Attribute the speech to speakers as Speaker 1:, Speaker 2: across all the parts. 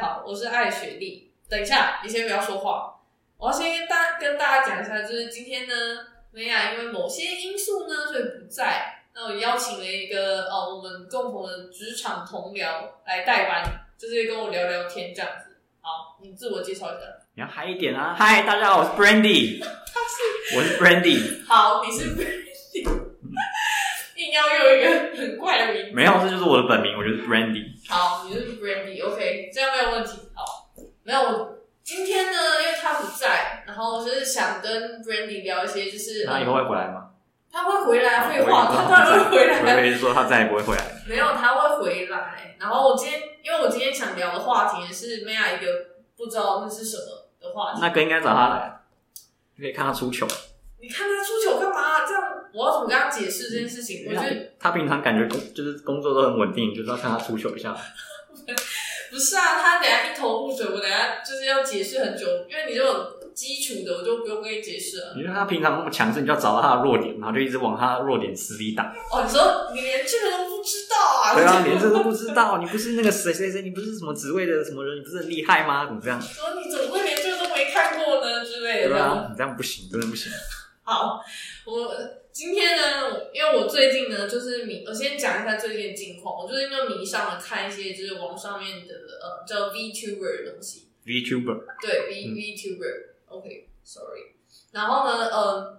Speaker 1: 好，我是艾雪莉。等一下，你先不要说话，我要先跟大跟大家讲一下，就是今天呢，梅雅因为某些因素呢，所以不在。那我邀请了一个呃，我们共同的职场同僚来代班，就是跟我聊聊天这样子。好，你自我介绍一下。
Speaker 2: 你要嗨一点啊！嗨，大家好，我是 Brandy，我是 Brandy，
Speaker 1: 好，你是 硬要用一个很怪的名字。
Speaker 2: 没有，这就是我的本名，我就是 Brandy。
Speaker 1: 好，你是 Brandy，OK，、这样没有问题。好，没有，我今天呢，因为他不在，然后就是想跟 Brandy 聊一些，就是
Speaker 2: 那以后会啊回来吗？
Speaker 1: 他会回来，废话，
Speaker 2: 我也
Speaker 1: 他
Speaker 2: 不知道
Speaker 1: 当然会回来。
Speaker 2: 我以为说他再也不会回 来。
Speaker 1: 没有，他会回来。然后我今天，因为我今天想聊的话题是 Maya 一个不知道那是什么的话题。
Speaker 2: 那个应该找他来，可以看他出糗。
Speaker 1: 你看他出糗干嘛？这样我要怎么跟他解释这件事情？我觉得
Speaker 2: 他平常感觉工就是工作都很稳定，就是要看他出糗一下。
Speaker 1: 不是啊，他等下一头雾水，我等下就是要解释很久，因为你这种基础的，我就不用跟你解释了。
Speaker 2: 你说他平常那么强势，你就要找到他的弱点，然后就一直往他的弱点死里打。
Speaker 1: 哦，你说你连这个都不知道啊？
Speaker 2: 对啊，你这都不知道，你不是那个谁谁谁，你不是什么职位的什么人，你不是很厉害吗？你这样，
Speaker 1: 说你怎么会连这个都没看过呢之类
Speaker 2: 对
Speaker 1: 的？
Speaker 2: 啊，你这样不行，真的不行。
Speaker 1: 好，我今天呢，因为我最近呢，就是迷，我先讲一下最近的近况。我最近就迷上了看一些就是网上面的呃叫 VTuber 的东西，
Speaker 2: VTuber
Speaker 1: 对 V
Speaker 2: 嗯
Speaker 1: VTuber，OK，Sorry、然后呢，呃，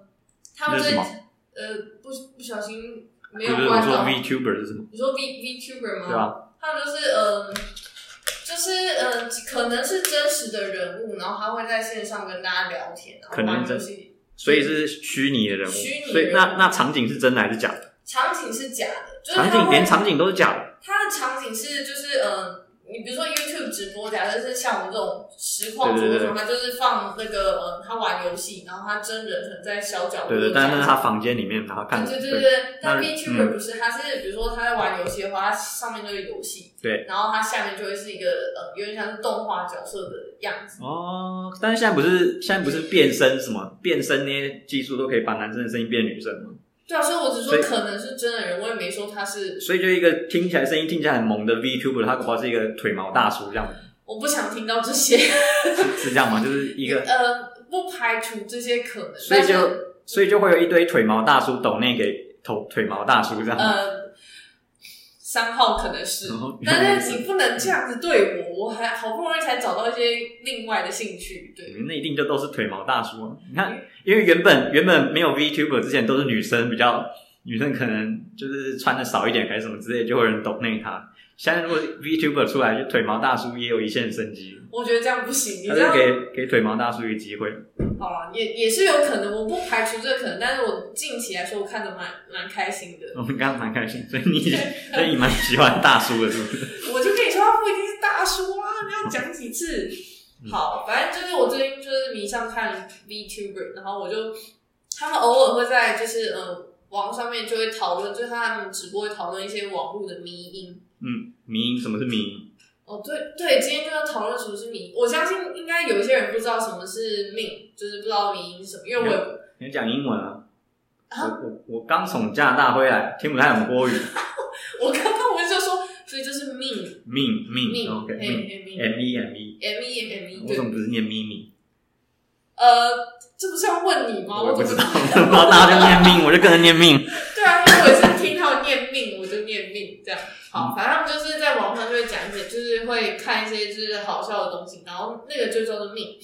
Speaker 1: 他们
Speaker 2: 那是
Speaker 1: 最
Speaker 2: 什么
Speaker 1: 呃不不小心没
Speaker 2: 不
Speaker 1: 有
Speaker 2: 是我
Speaker 1: 关啊
Speaker 2: 说
Speaker 1: 到，
Speaker 2: VTuber 是什么？
Speaker 1: 你说 V VTuber 吗？
Speaker 2: 对啊。
Speaker 1: 他们就是嗯、呃就是嗯、呃可能是真实的人物，然后他会在线上跟大家聊天，然后
Speaker 2: 可能
Speaker 1: 玩
Speaker 2: 是
Speaker 1: 游
Speaker 2: 真
Speaker 1: 戏。
Speaker 2: 所以是虚拟的人物，
Speaker 1: 虚拟人物
Speaker 2: 所以那那场景是真的还是假的？
Speaker 1: 场景是假的，就是
Speaker 2: 场
Speaker 1: 他
Speaker 2: 景
Speaker 1: 会
Speaker 2: 连场景都是假的，
Speaker 1: 它的场景是就是呃，你比如说 YouTube 直播，假设是像我们这种实况主
Speaker 2: 对
Speaker 1: 播
Speaker 2: 对对
Speaker 1: 什么，他就是放那个呃，他玩游戏，然后他真人可能在小角落
Speaker 2: 对对。
Speaker 1: 这样
Speaker 2: 但是他房间里面，然后看
Speaker 1: 对对对对，但
Speaker 2: 那嗯
Speaker 1: VTuber 不是，它是比如说他在玩游戏的话，它上面就是游戏，
Speaker 2: 对，
Speaker 1: 然后它下面就会是一个呃，有点像是动画角色的样子。
Speaker 2: 哦，但是现在不是现在不是变身什么变身那些技术都可以把男生的声音变女生吗？
Speaker 1: 对啊，所以我只
Speaker 2: 所
Speaker 1: 说
Speaker 2: 以
Speaker 1: 可能是真的人，我也没说他是，
Speaker 2: 所以就一个听起来声音听起来很萌的 VTuber，他恐怕是一个腿毛大叔这样，
Speaker 1: 我不想听到这些，
Speaker 2: 是是这样吗？就是 一个，
Speaker 1: 呃，不排除这些可能，
Speaker 2: 所
Speaker 1: 但
Speaker 2: 以
Speaker 1: 是
Speaker 2: 就所以就会有一堆腿毛大叔抖内给头腿毛大叔这样，
Speaker 1: 呃，三号可能是
Speaker 2: 然，后
Speaker 1: 但是你不能这样子对我，我还好不容易才找到一些另外的兴趣，对，
Speaker 2: 那一定就都是腿毛大叔、啊。你看，因为原本原本没有 VTuber 之前都是女生比较，女生可能就是穿的少一点还是什么之类，就会有人懂内她。现在如果 VTuber 出来，就腿毛大叔也有一线生机，
Speaker 1: 我觉得这样不行，你
Speaker 2: 他
Speaker 1: 这样
Speaker 2: 就给给腿毛大叔一个机会。
Speaker 1: 好了，也也是有可能，我不排除这个可能，但是我近期来说，我看的蛮蛮开心的。
Speaker 2: 我们刚刚蛮开心，所以你所以你蛮喜欢大叔的，是不是？
Speaker 1: 我就跟你说，他不一定是大叔啊，你要讲几次？
Speaker 2: 嗯
Speaker 1: 好，反正就是我最近就是迷上看 VTuber，然后我就他们偶尔会在就是呃网上面就会讨论，就是他们直播会讨论一些网络的迷因，
Speaker 2: 嗯，迷音什么是迷音？
Speaker 1: 哦，对对，今天就要讨论什么是迷，我相信应该有一些人不知道什么是命，就是不知道迷因是什么，因为我也不
Speaker 2: 你要讲英文啊？
Speaker 1: 啊
Speaker 2: 我我我刚从加拿大回来，听不太懂国语。
Speaker 1: 我刚刚我就说，所以就是命
Speaker 2: 命命
Speaker 1: 命
Speaker 2: ，OK，
Speaker 1: 嘿
Speaker 2: 命
Speaker 1: 嘿命
Speaker 2: ，M E M E，
Speaker 1: M E M E
Speaker 2: 为什
Speaker 1: 对
Speaker 2: 么，不是念咪咪？
Speaker 1: 呃，这不是要问你吗？
Speaker 2: 我也不
Speaker 1: 怎
Speaker 2: 知
Speaker 1: 么
Speaker 2: 道， 然后大家就念命，我就跟着念命。
Speaker 1: 对啊，因为我也是听他们念命，我就念命这样。好，反正他们就是在网上就会讲一些，就是会看一些就是好笑的东西，然后那个就叫做命。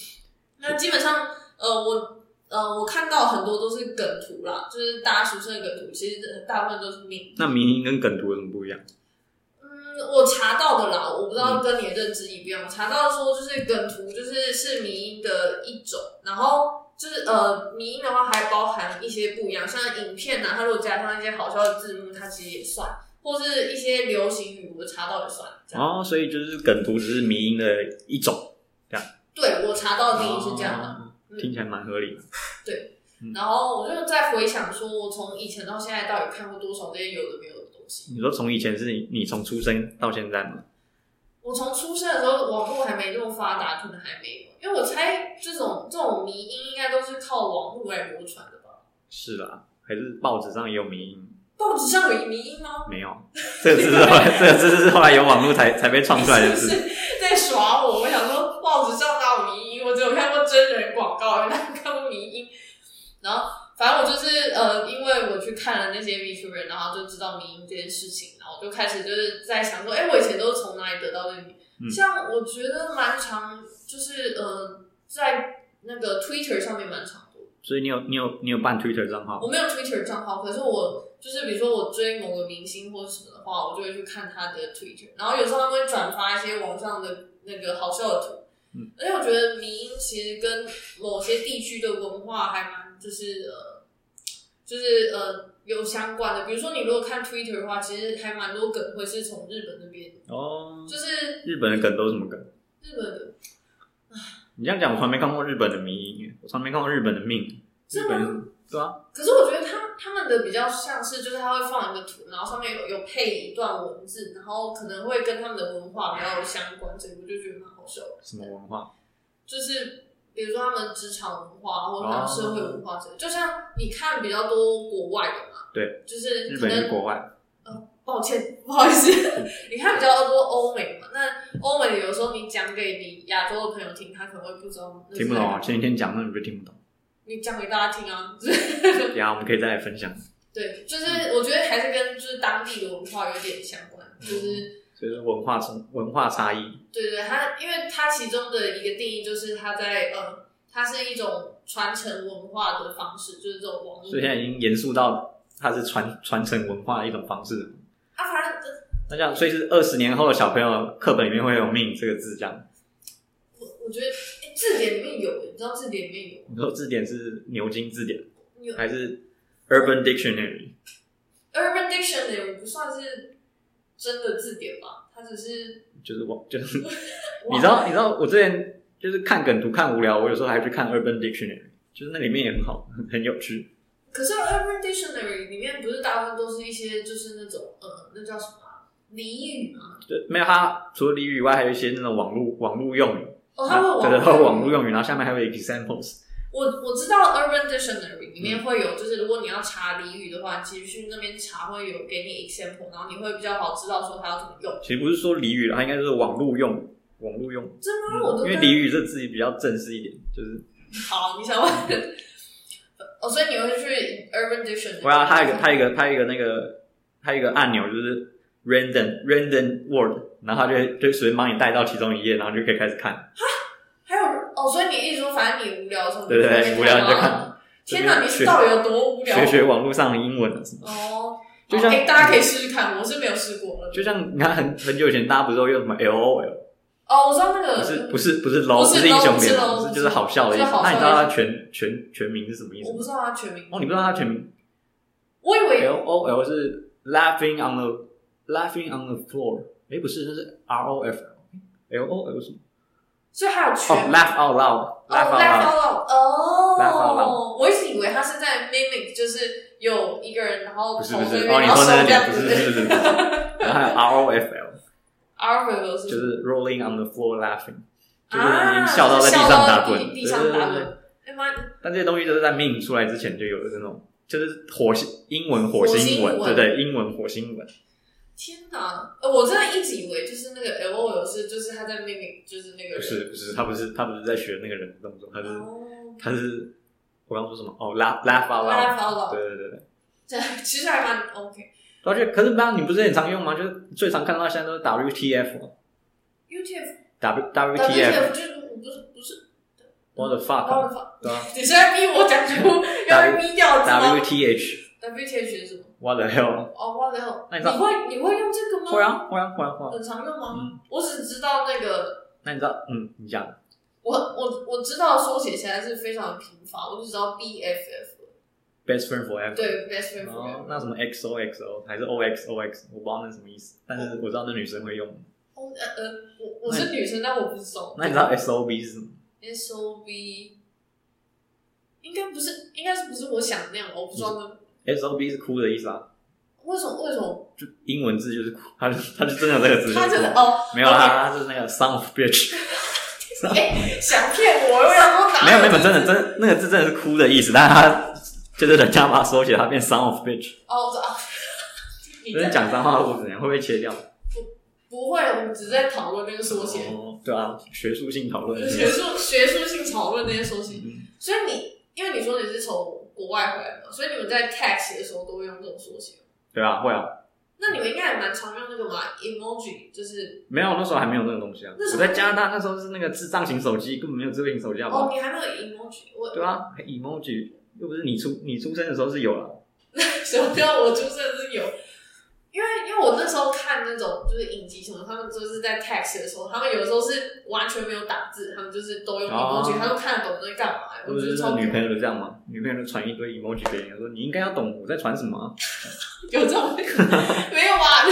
Speaker 1: 那基本上，呃，我呃我看到很多都是梗图啦，就是大家俗称的梗图，其实大部分都是命。
Speaker 2: 那迷音跟梗图有什么不一样？
Speaker 1: 嗯，我查到的啦，我不知道跟你的认知一不一样。我查到说就是梗图就是是迷因的一种，然后就是呃迷因的话还包含一些不一样，像影片呐、它如果加上一些好笑的字幕，它其实也算，或是一些流行语，我查到也算。这样，
Speaker 2: 哦，所以就是梗图只是迷音的一种，
Speaker 1: 对我查到的定义是这样的。
Speaker 2: 哦听起来蛮合理的。
Speaker 1: 然后我就在回想说，我从以前到现在到底看过多少这些有的没有的东西。
Speaker 2: 你说从以前是你你从出生到现在吗？
Speaker 1: 我从出生的时候，网络还没那么发达，可能还没有，因为我猜这种这种迷因应该都是靠网络来流传的吧。
Speaker 2: 是啦，还是报纸上也有迷音？
Speaker 1: 报纸上有迷因吗？
Speaker 2: 没有，这个知识后 来，这个知识是后来有网络才才被创出来
Speaker 1: 是
Speaker 2: 的
Speaker 1: 不
Speaker 2: 字。
Speaker 1: 是在耍我？我想说，报纸上哪有迷因？我只有看过真人广告，没看过迷因。然后，反正我就是呃，因为我去看了那些 VTuber，然后就知道迷因这件事情，然后我就开始就是在想说，哎、我以前都是从哪里得到这个迷因？
Speaker 2: 嗯
Speaker 1: 像我觉得蛮常，就是呃，在那个 Twitter 上面蛮常的。
Speaker 2: 所以你有你有你有办 Twitter 账号？
Speaker 1: 我没有 Twitter 账号，可是我就是比如说我追某个明星或者什么的话，我就会去看他的 Twitter，然后有时候他们会转发一些网上的那个好笑的图。
Speaker 2: 嗯
Speaker 1: 而且我觉得迷音其实跟某些地区的文化还蛮就是呃，就是呃有相关的。比如说你如果看 Twitter 的话，其实还蛮多梗会是从日本那边，
Speaker 2: 哦，
Speaker 1: 就是
Speaker 2: 日本的梗都是什么梗？
Speaker 1: 日本的
Speaker 2: 你这样讲，我从来没看过日本的迷因，我从来没看过日本的命。
Speaker 1: 真
Speaker 2: 日
Speaker 1: 的吗
Speaker 2: 本是对啊，
Speaker 1: 可是我觉得他他们的比较像是，就是他会放一个图，然后上面有有配一段文字，然后可能会跟他们的文化比较有相关，所以我就觉得蛮好笑的。
Speaker 2: 什么文化？
Speaker 1: 就是比如说他们职场文化或者他们社会文化之类的，就像你看比较多国外的嘛，
Speaker 2: 啊对，
Speaker 1: 就是
Speaker 2: 日
Speaker 1: 可
Speaker 2: 本是
Speaker 1: 能
Speaker 2: 国外，
Speaker 1: 抱歉，不好意思，你看比较多欧美嘛，那欧美有时候你讲给你亚洲的朋友听，他可能会不知道，
Speaker 2: 听不懂啊。前几天讲那你就听不懂。
Speaker 1: 你讲给大家听啊，
Speaker 2: 等一下我们可以再来分享。嗯
Speaker 1: 对，就是我觉得还是跟就是当地的文化有点相
Speaker 2: 嗯
Speaker 1: 关，就是
Speaker 2: 所以是文化冲文化差异，
Speaker 1: 对对，它因为它其中的一个定义就是它在呃，它是一种传承文化的方式，就是这种网络
Speaker 2: 所以。现在已经严肃到它是传传承文化的一种方式。
Speaker 1: 啊，反正呃
Speaker 2: 那这样，所以是二十年后的小朋友课本里面会有“命”这个字，这样。
Speaker 1: 我我觉得诶字典里面有，你知道字典里面有
Speaker 2: 你说字典是牛津字典
Speaker 1: 有
Speaker 2: 还是 Urban Dictionary？
Speaker 1: Urban Dictionary 不算是真的字典吧，它只是
Speaker 2: 就是我就是
Speaker 1: 哇
Speaker 2: 你知道，你知道，我之前就是看梗图看无聊，我有时候还去看 Urban Dictionary，就是那里面也很好， 很很有趣。
Speaker 1: 可是 Urban Dictionary 里面不是大部分都是一些就是那种呃，那叫什么啊俚语吗？
Speaker 2: 就没有它，除了俚语以外，还有一些那种网络网络用语，
Speaker 1: 哦，它会
Speaker 2: 对
Speaker 1: 网
Speaker 2: 啊对，还有网
Speaker 1: 络
Speaker 2: 络用语，然后下面还有 examples，
Speaker 1: 我我知道 Urban Dictionary 里面会有，就是如果你要查俚语的话，你其实去那边查会有给你 example，然后你会比较好知道说它要怎么用。
Speaker 2: 其实不是说俚语啦，它应该就是网络用语，网络用语。
Speaker 1: 真的
Speaker 2: 嗯
Speaker 1: 吗？我都
Speaker 2: 因为俚语这字比较正式一点，就是
Speaker 1: 好，你想问哦，所以你会去 Urban Dictionary？
Speaker 2: 我要它有一
Speaker 1: 啊
Speaker 2: 个它有一个它有一个那个它有一个按钮就是 random random word，然后它就会就会随便帮你带到其中一页，然后你就可以开始看。
Speaker 1: 还有哦，所以你一直说，反正你无聊的时候，
Speaker 2: 对对对
Speaker 1: 你就会
Speaker 2: 无聊你就
Speaker 1: 看到。天哪，你是到底有多无聊？
Speaker 2: 学学网络上的英文啊什么的。
Speaker 1: 哦，
Speaker 2: 就像
Speaker 1: 哎，大家可以试试看，我是没有试过了。
Speaker 2: 就像你看很很久以前，大家不是都用什么 L O L，
Speaker 1: 哦，我知道那个
Speaker 2: 不是不是不是 low，
Speaker 1: 不是
Speaker 2: 是英
Speaker 1: low，
Speaker 2: 雄
Speaker 1: 不是
Speaker 2: 联
Speaker 1: low，
Speaker 2: 盟，是就是好笑的意
Speaker 1: 就
Speaker 2: 思
Speaker 1: 是好。笑的
Speaker 2: 那
Speaker 1: 意
Speaker 2: 你
Speaker 1: 思
Speaker 2: 知道它全全全名是什么意思
Speaker 1: 我不
Speaker 2: 吗？
Speaker 1: 知道它啊全名。
Speaker 2: 哦，你不知道它全名
Speaker 1: 我以为
Speaker 2: L O L 是 laughing on the laughing on the floor，哎，不是，那是 R O F L O L 是什么
Speaker 1: 所以还有全
Speaker 2: 哦
Speaker 1: 名。
Speaker 2: ，laugh out
Speaker 1: 哦
Speaker 2: loud，laugh out
Speaker 1: ，laugh
Speaker 2: loud，
Speaker 1: out loud，哦
Speaker 2: Laugh out
Speaker 1: 我一直以为他是在 mimic，就是有一个人，然后
Speaker 2: 不是
Speaker 1: 头
Speaker 2: 不
Speaker 1: 这
Speaker 2: 是，
Speaker 1: 边，
Speaker 2: 哦，你
Speaker 1: 然后手
Speaker 2: 说那个
Speaker 1: 这样
Speaker 2: 脸不
Speaker 1: 子，
Speaker 2: 是不是 不是，不是然后还有 R O F L，
Speaker 1: 阿尔都是
Speaker 2: 就是 rolling on the floor laughing，就是已
Speaker 1: 啊，
Speaker 2: 经笑到在地上打滚，
Speaker 1: 地地上打
Speaker 2: 对对对对
Speaker 1: 滚。哎妈，
Speaker 2: 但这些东西都是在命出来之前就有的那种，就是火星英文火星
Speaker 1: 火星文
Speaker 2: 文，对不对？英文火星文，
Speaker 1: 天哪！呃我真的一直以为就是那个 L O L 是就是他在 mimic，就是那个人。
Speaker 2: 不是不是，他不是他不是在学那个人的动作，他是、
Speaker 1: 哦
Speaker 2: 他是我刚说什么？哦，laugh laugh out
Speaker 1: ，laugh
Speaker 2: loud，
Speaker 1: out loud，
Speaker 2: 对对对对。
Speaker 1: 这其实还蛮哦 OK。
Speaker 2: 而且可是那你不是很常用吗？就是最常看到现在都是 WTF 吗
Speaker 1: YouTube
Speaker 2: 哦 W
Speaker 1: WTF
Speaker 2: WTF
Speaker 1: 就是我不是不是，
Speaker 2: what the
Speaker 1: 忘
Speaker 2: fuck
Speaker 1: 了，
Speaker 2: 对啊
Speaker 1: 你现在逼我讲 出要被逼掉，知道
Speaker 2: WTH
Speaker 1: WTF 是什么？
Speaker 2: what the hell
Speaker 1: 哦，忘了，
Speaker 2: 那
Speaker 1: 你
Speaker 2: 你知道
Speaker 1: 会你会用这个吗？
Speaker 2: 会啊会啊会啊会啊。
Speaker 1: 很常用吗？
Speaker 2: 嗯
Speaker 1: 我只知道那个，
Speaker 2: 那你知道嗯你讲
Speaker 1: 我我我知道缩写现在是非常频繁，我只知道 BFF，
Speaker 2: best friend forever
Speaker 1: 对，best friend
Speaker 2: 哦
Speaker 1: forever。，
Speaker 2: 那什么 XOXO 还是 OXOX，我不知道那是什么意思，但是我知道那女生会用。
Speaker 1: 哦，呃呃，我我是女生，但我不知道。
Speaker 2: 那你知道 SOB 是什么？
Speaker 1: SOB 应该不是，应该是不是我想的那样？我不知道那
Speaker 2: SOB 是哭的意思啊，
Speaker 1: 为什么为什么
Speaker 2: 就英文字就是哭，它就它就真的有这个字，
Speaker 1: 他
Speaker 2: 就
Speaker 1: 真
Speaker 2: 是
Speaker 1: 的
Speaker 2: 哭
Speaker 1: 哦，
Speaker 2: 没有啦，它它就是那个 son of bitch，
Speaker 1: 想骗我，又让我打
Speaker 2: 没有没有，真的真的那个字真的是哭的意思，但是它就是人家把它缩写，它变 son of bitch，
Speaker 1: 哦，我知道啊， 你
Speaker 2: 真的
Speaker 1: 在
Speaker 2: 讲脏话我怎样？会不会切掉？
Speaker 1: 不会，我们只是在讨论那个缩写，
Speaker 2: 哦，对啊，学术性讨论。
Speaker 1: 学术学术性讨论那些缩写。
Speaker 2: 嗯
Speaker 1: 所以你因为你说你是从国外回来嘛，所以你们在 text 的时候都会用这种缩写。
Speaker 2: 对啊，会啊，
Speaker 1: 那你们应该也蛮常用那个嘛 emoji，就是
Speaker 2: 没有那时候还没有那个东西啊。
Speaker 1: 那时
Speaker 2: 我
Speaker 1: 候
Speaker 2: 在加拿大那时候是那个智障型手机，根本没有智慧型手机，好不
Speaker 1: 哦，
Speaker 2: 好？
Speaker 1: 你还没有 emoji，我
Speaker 2: 对啊，emoji 又不是你出你出生的时候是有了，
Speaker 1: 什么叫我出生是有？因为因为我那时候看那种就是影集什么，他们就是在 text 的时候，他们有的时候是完全没有打字，他们就是都用
Speaker 2: 哦
Speaker 1: emoji，、他们看得懂在干嘛。我
Speaker 2: 不
Speaker 1: 觉
Speaker 2: 是
Speaker 1: 得
Speaker 2: 那
Speaker 1: 超
Speaker 2: 女朋友就这样嘛，女朋友就传一堆 emoji 给你，说你应该要懂我在传什么啊。
Speaker 1: 有这种 没有吧？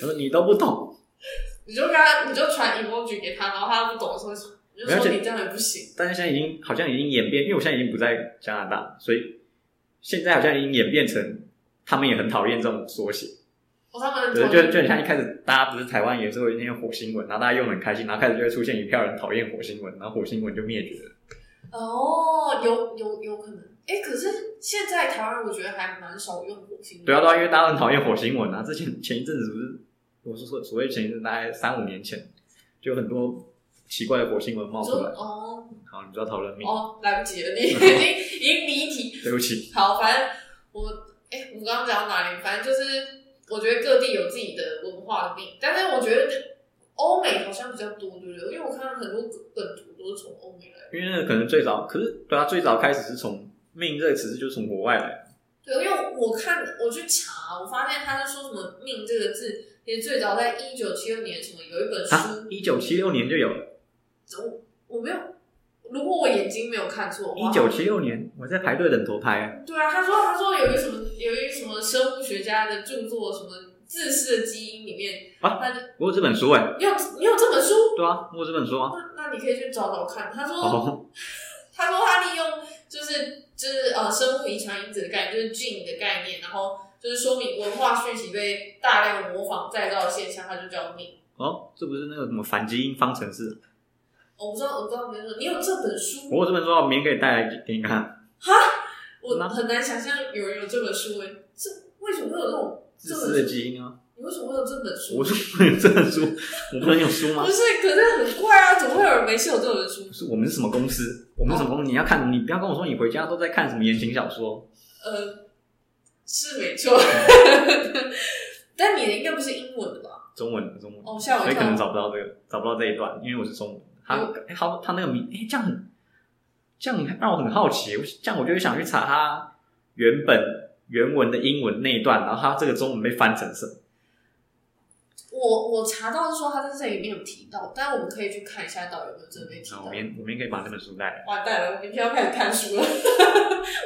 Speaker 2: 我说你都不懂，
Speaker 1: 你就跟他，你就传 emoji 给他，然后他不懂的时候，你就
Speaker 2: 没有而
Speaker 1: 说
Speaker 2: 且
Speaker 1: 你这样也不行。
Speaker 2: 但是现在已经好像已经演变，因为我现在已经不在加拿大，所以现在好像已经演变成他们也很讨厌这种缩写。
Speaker 1: 哦，他们
Speaker 2: 对，就就很像一开始大家不是台湾也是会那些火星文，然后大家用得很开心，然后开始就会出现一票人讨厌火星文，然后火星文就灭绝
Speaker 1: 嗯
Speaker 2: 了。
Speaker 1: 哦，有有有可能。哎，可是现在台湾我觉得还蛮少用火星的。
Speaker 2: 对啊，对啊，因为大家都很讨厌火星文啊。之前前一阵子不是，我是说所谓前一阵，大概三五年前，就有很多奇怪的火星文冒
Speaker 1: 你
Speaker 2: 出
Speaker 1: 说
Speaker 2: 来。
Speaker 1: 哦
Speaker 2: 好，你不要讨论命，
Speaker 1: 哦，来不及 了，你已经已经离题。
Speaker 2: 对不起。
Speaker 1: 好，反正我哎、我刚刚讲到哪里？反正就是我觉得各地有自己的文化的病，但是我觉得欧美好像比较多，对不对？因为我看到很多本土都是从欧美来的。
Speaker 2: 因为那个可能最早，可是对啊，最早开始是从“命”这个词是就是从国外来的，
Speaker 1: 对，因为我看我去查，我发现他在说什么“命”这个字，其实最早在一九七六年什么有一本书。
Speaker 2: 啊，一九七六年就有了，
Speaker 1: 我我没有，如果我眼睛没有看错的话，
Speaker 2: 一九七六年我在排队等头牌啊、
Speaker 1: 对啊，他说他说有一个什么有一个什么生物学家的著作，什么自私的基因里面，
Speaker 2: 啊
Speaker 1: 他就
Speaker 2: 我有这本书哎、
Speaker 1: 你有你有这本书，
Speaker 2: 对啊，我有这本书啊，
Speaker 1: 那那你可以去找找看。他说、
Speaker 2: 哦，
Speaker 1: 他说他利用就是就是呃生物遗传因子的概念，就是 gene 的概念，然后就是说明文化讯息被大量模仿再造的现象，它就叫命。
Speaker 2: 哦，这不是那个什么反基因方程式？
Speaker 1: 哦我不知道，我不知道没说，你有这本书，
Speaker 2: 我有这本书啊，我明天可以带来给你看。
Speaker 1: 我
Speaker 2: 那
Speaker 1: 很难想象有人有这本书诶、这为什么会有这种？
Speaker 2: 自私的基因啊，
Speaker 1: 你为什么会有这本书？
Speaker 2: 我说我有这本书，我不能有书吗
Speaker 1: 不？是，可是很怪啊，怎么会有人没事有这本书
Speaker 2: 不？是我们是什么公司？我们是什么公司？你要看，你不要跟我说你回家都在看什么言情小说。
Speaker 1: 呃，是没错， 但你的应该不是英文的吧？
Speaker 2: 中文，中文，
Speaker 1: 哦，吓我
Speaker 2: 所
Speaker 1: 一
Speaker 2: 以可能
Speaker 1: 跳。
Speaker 2: 找不到这个，找不到这一段，因为我是中文。他
Speaker 1: 有
Speaker 2: 哎好，他那个名，哎，这样很，这样让我很好奇，我这样我就会想去查他原本原文的英文那一段，然后他这个中文被翻成什么？
Speaker 1: 我我查到是说他在这里面有提到，但我们可以去看一下到底有没有真的被提
Speaker 2: 那
Speaker 1: 到
Speaker 2: 哦我。明天我明天可以把那本书带来。
Speaker 1: 完蛋了，我明天要开始看书了。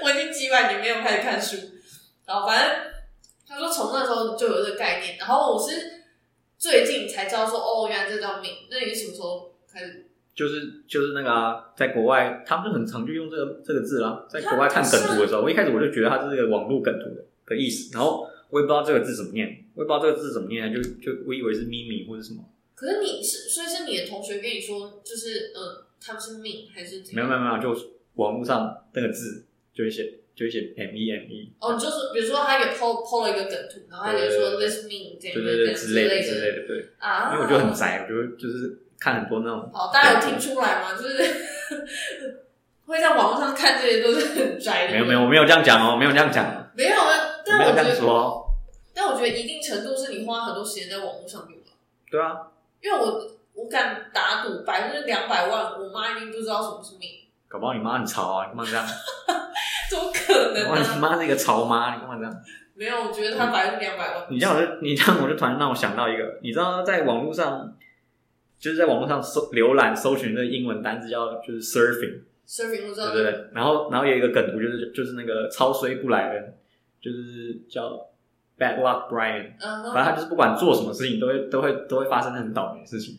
Speaker 1: 我已经几百年没有开始看书，然后反正他说从那时候就有这个概念，然后我是最近才知道说哦，原来这叫命。那你是什么时候开始？
Speaker 2: 就是就是那个啊，在国外他们就很常就用这个这个字啦，在国外看梗图的时候，我一开始我就觉得它是这个网络梗图的的意思，然后我也不知道这个字怎么念，我也不知道这个字怎么念，就就我以为是咪咪或者什么，
Speaker 1: 可是你是，所以是你的同学跟你说，就是嗯，他们是命还是怎
Speaker 2: 没
Speaker 1: 样？
Speaker 2: 有没有没有，就网络上那个字就会写就会写 m e m e，
Speaker 1: 哦，就是比如说他也 po po 了一个梗图，然后他就说
Speaker 2: 对
Speaker 1: this mean 这样
Speaker 2: 对对对之
Speaker 1: 之
Speaker 2: 类的
Speaker 1: 的
Speaker 2: 之类的，对，
Speaker 1: 啊，哦
Speaker 2: 因为我觉得很宅，我就会就是看很多那种，
Speaker 1: 好，大家有听出来吗？就是 会在网络上看这些都是很宅的，
Speaker 2: 没有没有，我没有这样讲哦，没有这样讲哦，
Speaker 1: 没有啊，
Speaker 2: 我
Speaker 1: 但
Speaker 2: 没
Speaker 1: 我
Speaker 2: 有这
Speaker 1: 觉
Speaker 2: 样
Speaker 1: 得，
Speaker 2: 说哦，
Speaker 1: 但我觉得一定程度是你花很多时间在网络上面吧，
Speaker 2: 对啊，
Speaker 1: 因为我我敢打赌百分之两百万，我妈一定不知道什么是命，
Speaker 2: 搞不好你妈很潮啊，你干嘛这样？
Speaker 1: 怎么可能
Speaker 2: 搞不好你
Speaker 1: 呢？
Speaker 2: 妈是一个潮妈，你干嘛这样？
Speaker 1: 没有，我觉得她百分之两百万，
Speaker 2: 你这样我就你这样我就突然让我想到一个，你知道在网络上，就是在网络上搜浏览搜寻的英文单字叫就是 surfing，
Speaker 1: surfing 我知
Speaker 2: 对
Speaker 1: 道
Speaker 2: 不，对？然后然后有一个梗图就是就是那个超衰布莱恩，就是叫 bad luck Brian，
Speaker 1: 嗯哼
Speaker 2: 反正他就是不管做什么事情都会都会都会发生很倒霉的事情。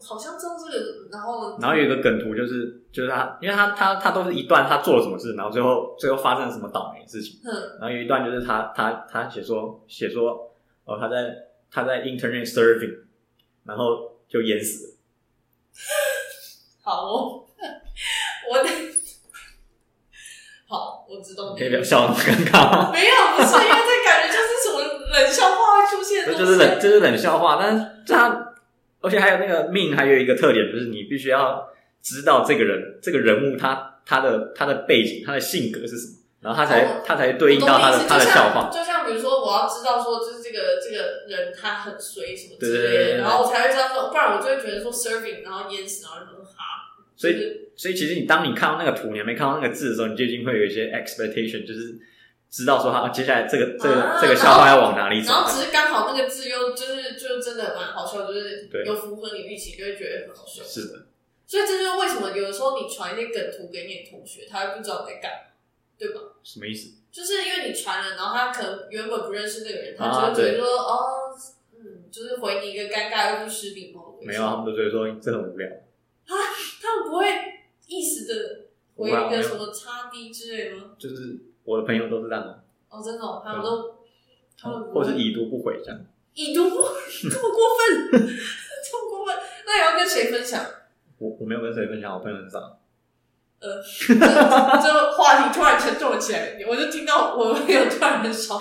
Speaker 1: 好像知道这个，然后
Speaker 2: 然后有一个梗图就是就是他，因为他他他都是一段他做了什么事，然后最后最后发生了什么倒霉的事情。
Speaker 1: 哼
Speaker 2: 然后有一段就是他他他写说写说哦他在他在 internet surfing，然后就淹死了。
Speaker 1: 好哦， 我得好，我知道
Speaker 2: 你
Speaker 1: 你
Speaker 2: 可以不要笑得那么尴尬吗？
Speaker 1: 没有，不是因为这感觉就是什么冷冷笑话会出现的东
Speaker 2: 这 就
Speaker 1: 西，
Speaker 2: 是冷，这是冷笑话。但是他，而且还有那个命，还有一个特点就是你必须要知道这个人，这个人物他他的他的背景，他的性格是什么，然后他才、
Speaker 1: 哦
Speaker 2: 他才对应到他的
Speaker 1: 我懂你意思就
Speaker 2: 他的
Speaker 1: 像
Speaker 2: 笑话。
Speaker 1: 就像比如说，我要知道说，就是这个这个人他很衰什么之类的，
Speaker 2: 对对对对对
Speaker 1: 然后我才会知道说，不然我就会觉得说 serving，然后淹死，然后就说哈，
Speaker 2: 所以
Speaker 1: 就是
Speaker 2: 所以其实你当你看到那个图，你还没看到那个字的时候，你就已经会有一些 expectation，就是知道说他接下来这个这个、
Speaker 1: 啊
Speaker 2: 这个笑话要往哪里走
Speaker 1: 然。后只是刚好那个字又就是就真的蛮好笑，就是
Speaker 2: 对
Speaker 1: 有符合你预期，就会觉得很好笑。
Speaker 2: 是的，
Speaker 1: 所以这就是为什么有的时候你传一些梗图给你的同学，他会不知道你在干嘛，对吧？
Speaker 2: 什么意思？
Speaker 1: 就是因为你传了，然后他可能原本不认识那个人，他
Speaker 2: 啊
Speaker 1: 只会觉得说、哦，嗯，就是回你一个尴尬又不失礼貌的微笑。
Speaker 2: 没有啊，他们都觉得说你这很无聊。
Speaker 1: 他们不会意识的回
Speaker 2: 啊
Speaker 1: 一个什么擦 D 之类吗？
Speaker 2: 就是我的朋友都是这样的，
Speaker 1: 哦，真的、哦，他们都，他们不
Speaker 2: 嗯或
Speaker 1: 会
Speaker 2: 是已读不回这样。
Speaker 1: 已读不这么过 分， 这么过分，那你要跟谁分享？
Speaker 2: 我我没有跟谁分享，我朋友很少。
Speaker 1: 这 这话题突然沉重了起来，我就听到我朋友突然很少，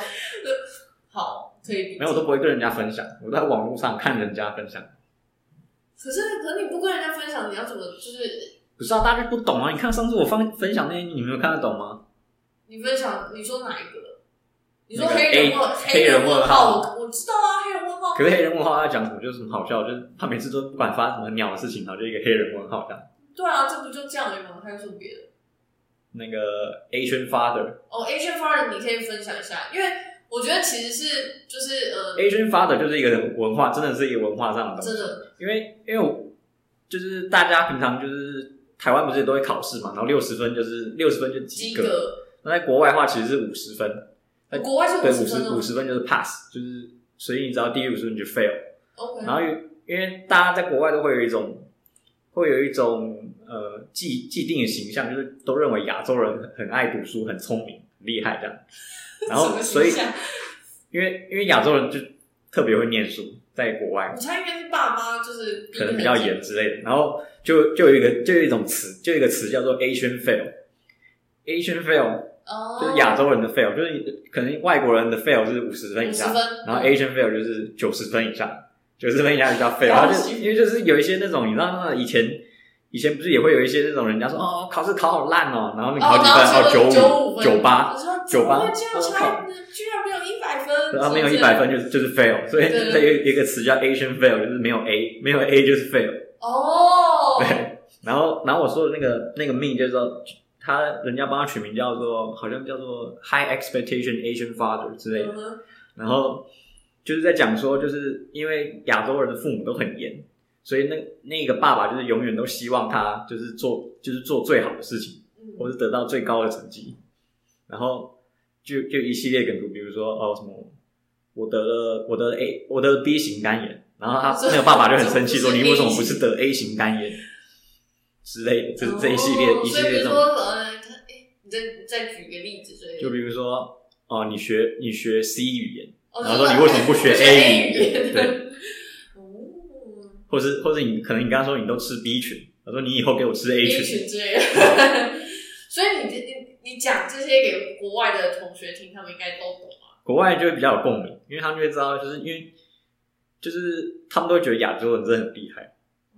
Speaker 1: 好，可以理解
Speaker 2: 没有，我都不会跟人家分享，我在网络上看人家分享。
Speaker 1: 可是，可是你不跟人家分享，你要怎么？就是
Speaker 2: 不是啊，大家不懂啊！你看上次我放分享那些，你没有看得懂吗？
Speaker 1: 你分享，你说哪一个？你说
Speaker 2: 那个
Speaker 1: 黑人问
Speaker 2: 黑
Speaker 1: 黑人
Speaker 2: 黑人问
Speaker 1: 问
Speaker 2: 号
Speaker 1: 号，我我知道啊，黑人问号
Speaker 2: 可是黑人问号他讲什么就是很好笑，就是他每次都不管发什么鸟的事情，然后就一个黑人问号这样。
Speaker 1: 对啊，这不就这样而已吗？还有什么别的？
Speaker 2: 那个 Asian father，Asian
Speaker 1: 哦，Asian Father 你可以分享一下，因为我觉得其实是就是呃，
Speaker 2: father 就是一个文化，真的是一个文化上的东西。
Speaker 1: 真的
Speaker 2: 因为因为我就是大家平常就是台湾不是都会考试嘛，然后六十分就是六十分就
Speaker 1: 及
Speaker 2: 及格。
Speaker 1: 格，
Speaker 2: 那在国外的话其实是五十分，哎
Speaker 1: 国外是
Speaker 2: 对，
Speaker 1: 五
Speaker 2: 五
Speaker 1: 分
Speaker 2: 十
Speaker 1: 哦
Speaker 2: 五十分就是 pass，就是所以你只要低于五十分你就 fail。
Speaker 1: ，OK，
Speaker 2: 然后有，因为大家在国外都会有一种，会有一种呃既既定的形象，就是都认为亚洲人很很爱读书、很聪明、很厉害 这样。然
Speaker 1: 什
Speaker 2: 后，
Speaker 1: 么
Speaker 2: 所以
Speaker 1: 形象
Speaker 2: 因为因为亚洲人就特别会念书，在国外
Speaker 1: 我猜应该是爸妈就是
Speaker 2: 可能比较严，之类的。然后就就有一个就有一种词，就有一个词叫做 Asian fail。Asian fail
Speaker 1: 哦，
Speaker 2: 就是亚洲人的 fail，就是你可能外国人的 fail 是五十分以
Speaker 1: 五十
Speaker 2: 下，
Speaker 1: 分，
Speaker 2: 然后 Asian fail 就是九十分以下，九十分以下就叫 fail，
Speaker 1: 了
Speaker 2: 然
Speaker 1: 解
Speaker 2: 后就因为就是有一些那种，你知道那以前以前不是也会有一些那种人家说哦考试考好烂哦，然后你
Speaker 1: 哦，
Speaker 2: 考几
Speaker 1: 然后
Speaker 2: 分哦
Speaker 1: 九
Speaker 2: 五九八，
Speaker 1: 我说
Speaker 2: 九八
Speaker 1: 怎么会这样差，居然没有一百分，
Speaker 2: 然后没有
Speaker 1: 是不
Speaker 2: 一
Speaker 1: 是
Speaker 2: 百，分就是就是 fail，所以
Speaker 1: 对
Speaker 2: 它有有一个词叫 Asian fail，就是没有 A，没有 A 就是 fail。
Speaker 1: 哦，
Speaker 2: 对，然后然后我说的那个那个命就是说他人家帮他取名叫做好像叫做 High Expectation Asian Father 之类的
Speaker 1: 嗯，哼，
Speaker 2: 然后就是在讲说，就是因为亚洲人的父母都很严，所以那那个爸爸就是永远都希望他就是做就是做最好的事情，
Speaker 1: 嗯，
Speaker 2: 或是得到最高的成绩。然后就就一系列梗图，比如说哦什么，我得了我得了 A 我得了 B 型肝炎，然后他
Speaker 1: 这
Speaker 2: 那个爸爸就很生气说
Speaker 1: 这不
Speaker 2: 你
Speaker 1: 是
Speaker 2: 为什么
Speaker 1: A
Speaker 2: 不是得 A 型肝炎之类的，这这一系
Speaker 1: 哦
Speaker 2: 列一系
Speaker 1: 所以比
Speaker 2: 列
Speaker 1: 如
Speaker 2: 这
Speaker 1: 说
Speaker 2: 种，
Speaker 1: 呃，他哎你再你再举个例子，所以
Speaker 2: 就比如说哦你学你学 C 语言。
Speaker 1: 哦
Speaker 2: 然后说你为什么不学 A 语言对
Speaker 1: 哦
Speaker 2: 或是或是你可能你刚刚说你都吃 B 群，他说你以后给我吃 A
Speaker 1: ，A
Speaker 2: 群，
Speaker 1: 群之类的。 所以你你你讲这些给国外的同学听，他们应该都懂啊。
Speaker 2: 国外就会比较有共鸣，因为他们就会知道，就是因为就是他们都会觉得亚洲人真的很厉害，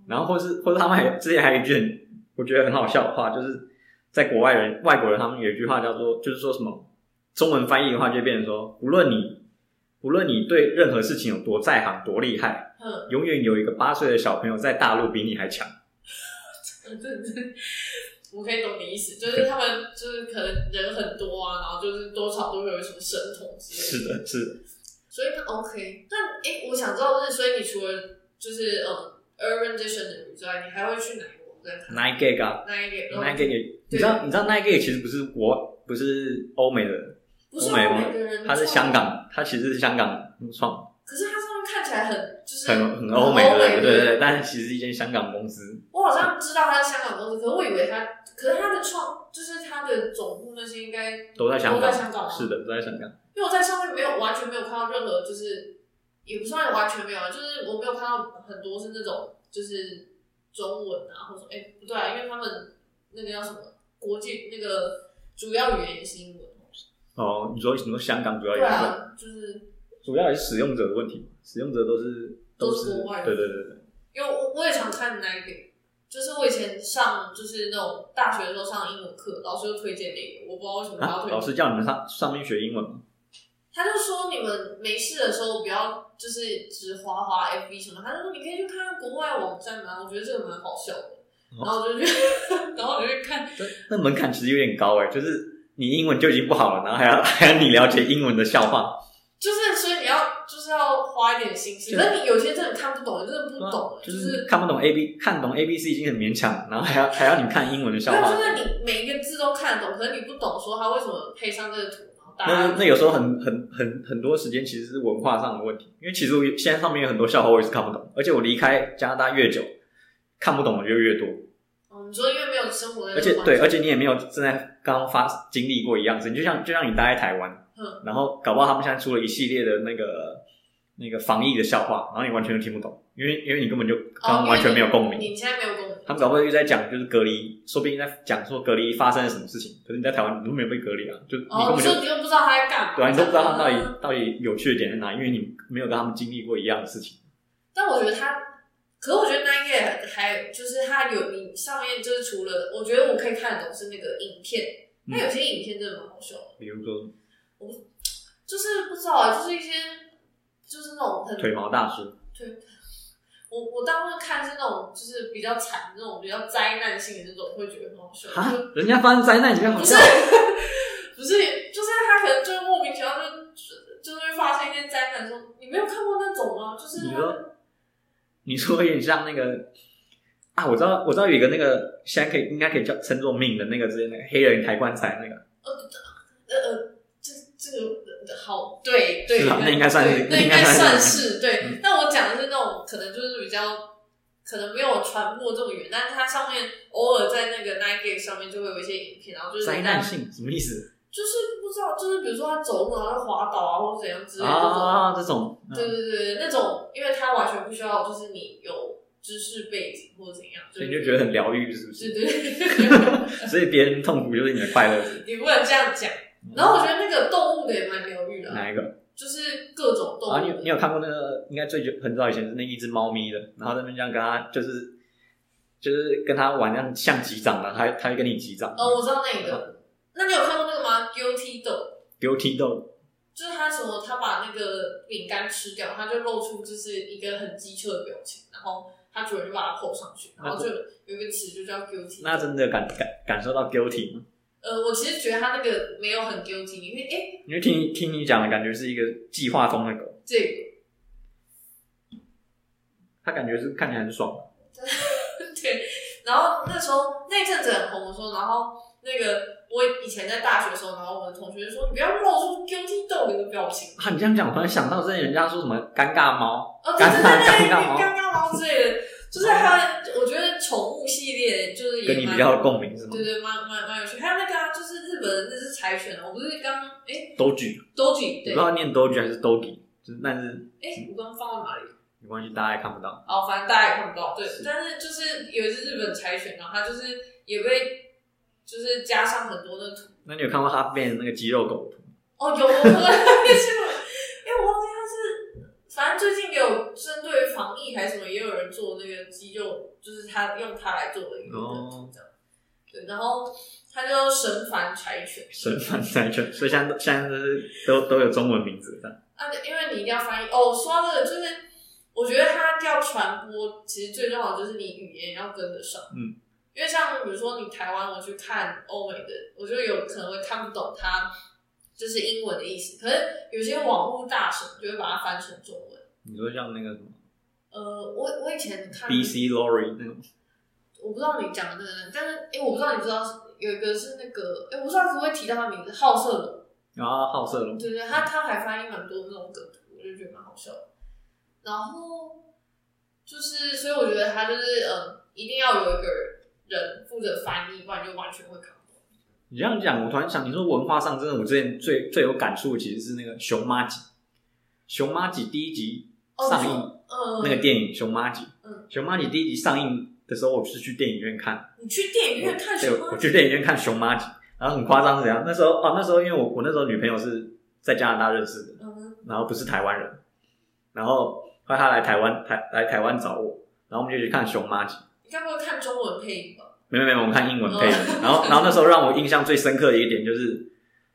Speaker 2: 然后或是或者他们还之前还有一句很我觉得很好笑的话，就是在国外人外国人他们有一句话叫做就是说什么中文翻译的话就会变成说，不论你不论你对任何事情有多在行多厉害，
Speaker 1: 嗯，
Speaker 2: 永远有一个八岁的小朋友在大陆比你还强。
Speaker 1: 这这我可以懂你意思，就是他们就是可能人很多啊，然后就是多少都会有什么神童之类的。
Speaker 2: 是的，是的。
Speaker 1: 所以那 OK，那哎、我想知道就是，所以你除了就是嗯 Urban Dictionary 之外，你还会去哪个网站看？
Speaker 2: n i g e 啊，
Speaker 1: 哪一个？哦
Speaker 2: Nike 也，你知道你知道 Nike 其实不是国不是欧美的，
Speaker 1: 不是
Speaker 2: 欧美吗
Speaker 1: 每个人，
Speaker 2: 它是香。港，它其实是香港创，
Speaker 1: 可是它上面看起来很就是
Speaker 2: 很很欧美的，
Speaker 1: 对
Speaker 2: 对对对，但是其实是一间香港公司，
Speaker 1: 我好像知道它是香港公司，可是我以为它，可是它的创就是它的总部那些应该，
Speaker 2: 都在香
Speaker 1: 都
Speaker 2: 港，
Speaker 1: 在香港吗
Speaker 2: 是的，都在香港，
Speaker 1: 因为我在上面没有完全没有看到任何就是，也不算完全没有，啊，就是我没有看到很多是那种就是中文啊，或者说哎、不对啊，因为他们那个叫什么国际那个主要语言也是英文，
Speaker 2: 哦，你说你说香港主要
Speaker 1: 对
Speaker 2: 也是，
Speaker 1: 啊，就是
Speaker 3: 主要还是使用者的问题，使用者都是
Speaker 1: 都是
Speaker 3: 是
Speaker 1: 国外的
Speaker 3: 对对对对，
Speaker 1: 因为我我也常看 Nike，就是我以前上就是那种大学的时候上英文课，老师就推荐那个，我不知道为什么他要
Speaker 2: 啊，
Speaker 1: 推荐。
Speaker 2: 老师叫你们上上面学英文吗？
Speaker 1: 他就说你们没事的时候不要就是只滑滑 FB 什么，他就说你可以去看看国外网站嘛，我觉得这个蛮好笑的。
Speaker 2: 哦
Speaker 1: 然后我就去， 然后我就去看，
Speaker 2: 那门槛其实有点高哎，就是你英文就已经不好了，然后还要还要你了解英文的笑话，
Speaker 1: 就是所以你要就是要花一点心思，
Speaker 2: 对
Speaker 1: 但你有些真的看不懂，你真的不懂，
Speaker 2: 啊就是是看不懂 A B，看懂 A B C 已经很勉强，然 后还要还要你看英文的笑
Speaker 1: 没有，
Speaker 2: 话
Speaker 1: 就，是你每一个字都看得懂，可是你不懂说他为什么配上这个图，然后大
Speaker 2: 那
Speaker 1: 家
Speaker 2: 那有时候很很很很多时间其实是文化上的问题，因为其实我现在上面有很多笑话我也是看不懂，而且我离开加拿大越久，看不懂的就越多，
Speaker 1: 嗯，你说因为没有生活在这
Speaker 2: 而且
Speaker 1: 个环境，
Speaker 2: 对，而且你也没有正在刚刚发经历过一样事情，就像就像你待在台湾，
Speaker 1: 嗯，
Speaker 2: 然后搞不好他们现在出了一系列的那个那个防疫的笑话，然后你完全就听不懂，因为因为你根本就刚
Speaker 1: 哦
Speaker 2: 刚完全没有共
Speaker 1: 因为你
Speaker 2: 鸣。
Speaker 1: 你现在没有共鸣，
Speaker 2: 他们搞不好又在讲就是隔离，说不定在讲说隔离发生了什么事情，可是你在台湾你都没有被隔离啊，就你根
Speaker 1: 哦，
Speaker 2: 本
Speaker 1: 你
Speaker 2: 就、
Speaker 1: 说你又不知道他在干嘛，
Speaker 2: 对啊，你都不知道他到底到底有趣的点在哪，因为你没有跟他们经历过一样的事情。
Speaker 1: 但我觉得他，可是我觉得 Nike 还就是他有你上面就是除了，我觉得我可以看得懂是那个影片，
Speaker 2: 嗯
Speaker 1: 他有些影片真的蛮好笑的，
Speaker 2: 比如说
Speaker 1: 就是不知道啊，就是一些就是那种很
Speaker 2: 腿毛大叔，
Speaker 1: 对，我我大部分看是那种就是比较惨那种比较灾难性的那种，会觉得很好笑。
Speaker 2: 哈
Speaker 1: 就，
Speaker 2: 人家发生灾难，你在好
Speaker 1: 不是
Speaker 2: 笑。
Speaker 1: 不是，就是他可能就莫名其妙就就是会发生一些灾难的时候，你没有看过那种吗？就是
Speaker 2: 你
Speaker 1: 他
Speaker 2: 说你说有点像那个啊，我知道，我知道有一个那个现在可以应该可以叫称作命的那个之前那个黑人抬棺材那个，
Speaker 1: 呃呃，这这个呃好，对对，
Speaker 2: 是吧那应该算是
Speaker 1: 对
Speaker 2: 那
Speaker 1: 那
Speaker 2: 应
Speaker 1: 应
Speaker 2: 该
Speaker 1: 该
Speaker 2: 算
Speaker 1: 算
Speaker 2: 是
Speaker 1: 是对。但我讲的是那种可能就是比较可能没有传播这么远，但是它上面偶尔在那个 Nike 上面就会有一些影片，然后就是
Speaker 2: 灾难，性什么意思
Speaker 1: 就是不知道，就是比如说他走路然后滑倒啊，或者怎样之类的这种。
Speaker 2: 啊？这种
Speaker 1: 对
Speaker 2: 嗯
Speaker 1: 对对，那种因为他完全不需要，就是你有知识背景或者怎样，
Speaker 2: 所以你就觉得很疗愈，是不
Speaker 1: 对
Speaker 2: 是？
Speaker 1: 对对，
Speaker 2: 所以别人痛苦就是你的快乐。
Speaker 1: 你不能这样讲。然后我觉得那个动物的也蛮疗愈的啊、
Speaker 2: 哪一个？
Speaker 1: 就是各种动物。
Speaker 2: 啊，你有你有看过那个？应该最久很早以前是那一只猫咪的，然后在那边这样跟它就是就是跟它玩那样像击掌的，它它会跟你击掌。
Speaker 1: 哦，我知道那
Speaker 2: 嗯
Speaker 1: 个。那你有看过那个吗？Guilty Dog，
Speaker 2: ，Guilty Dog，
Speaker 1: 就是他什么，他把那个饼干吃掉，他就露出就是一个很机车的表情，然后他主人就把它扣上去，然后就有一个词就叫 Guilty。
Speaker 2: 那真的感感感受到 guilty 吗？
Speaker 1: 呃，我其实觉得他那个没有很 guilty，因为诶，
Speaker 2: 因为听你听你讲的感觉是一个计划中的狗，
Speaker 1: 这个
Speaker 2: 它感觉是看起来很爽的。
Speaker 1: 对，然后那时候那一阵子很红的时候，然后那个我以前在大学的时候，然后我的同学就说你不要露出 guilty dog 的表情，
Speaker 2: 啊，你这样讲，我突然想到之前人家说什么尴尬猫，
Speaker 1: 哦，对对对对，
Speaker 2: 尴尬猫
Speaker 1: 刚刚猫之类的，就是还有，我觉得宠物系列就是也
Speaker 2: 哦跟你
Speaker 1: 蛮
Speaker 2: 比较有共鸣是吗
Speaker 1: 对？对，蛮蛮蛮有趣。还有那个、啊、就是日本的那只柴犬，啊我不是刚哎
Speaker 2: 都举，我
Speaker 1: Doji
Speaker 2: 不
Speaker 1: 对
Speaker 2: 知，道念都举还是都举，就是但是
Speaker 1: 哎我刚放到哪里？
Speaker 2: 没关系，大家也看不到。
Speaker 1: 哦，反正大家也看不到。对
Speaker 2: 是，
Speaker 1: 但是就是有一只日本柴犬，然后它就是也被就是加上很多那图
Speaker 2: 那你有看过它变成那个肌肉狗图？
Speaker 1: 哦，有我看到那新闻，哎，我忘记它是，反正最近有针对防疫还是什么，也有人做那个肌肉，就是他用它来做的一个
Speaker 2: 哦
Speaker 1: 这样。对，然后它叫神烦柴犬
Speaker 2: 神反赛犬，所以现在都现在都是都都有中文名字的。
Speaker 1: 啊，对因为你一定要翻译哦。说到这个，就是我觉得它要传播，其实最重要的就是你语言要跟得上。
Speaker 2: 嗯。
Speaker 1: 因为像比如说你台湾，我去看欧美的，我就有可能会看不懂它就是英文的意思。可是有些网络大神就会把它翻成中文。
Speaker 2: 你说像那个
Speaker 1: 嗯
Speaker 2: 什么
Speaker 1: 呃，我我以前看
Speaker 2: B C Lorry 那种，
Speaker 1: 我不知道你讲的那个人，但是哎、诶我不知道你知道是有一个是那个，哎、我不知道可不可以提到他名字，好色龙，
Speaker 2: 然后好色龙，
Speaker 1: 对对，他他还翻译蛮多那种梗图，我就觉得蛮好笑的。然后就是，所以我觉得他就是嗯，一定要有一个人负责翻译，不然就完全会看不懂。
Speaker 2: 你这样讲，我突然想，你说文化上真的，我之前最最有感触的其实是那个《熊妈集》，《熊妈集》第一集
Speaker 1: 哦
Speaker 2: 上
Speaker 1: 你
Speaker 2: 映
Speaker 1: 说，嗯，
Speaker 2: 那个电影《熊妈集》，
Speaker 1: 嗯
Speaker 2: 熊妈集》第一集上映的时候，我是去电影院看，
Speaker 1: 你去电影院看什
Speaker 2: 对，
Speaker 1: 么
Speaker 2: 我？去电影院看《熊妈哦集》，然后很夸张是怎样？那时候啊，那时候因为我我那时候女朋友是在加拿大认识的，
Speaker 1: 嗯，
Speaker 2: 然后不是台湾人，然后后来他来台湾台来台湾找我，然后我们就去看熊妈集，
Speaker 1: 你该不会看中文配音吧？
Speaker 2: 没有没有，我们看英文配的。然后然后那时候让我印象最深刻的一点就是，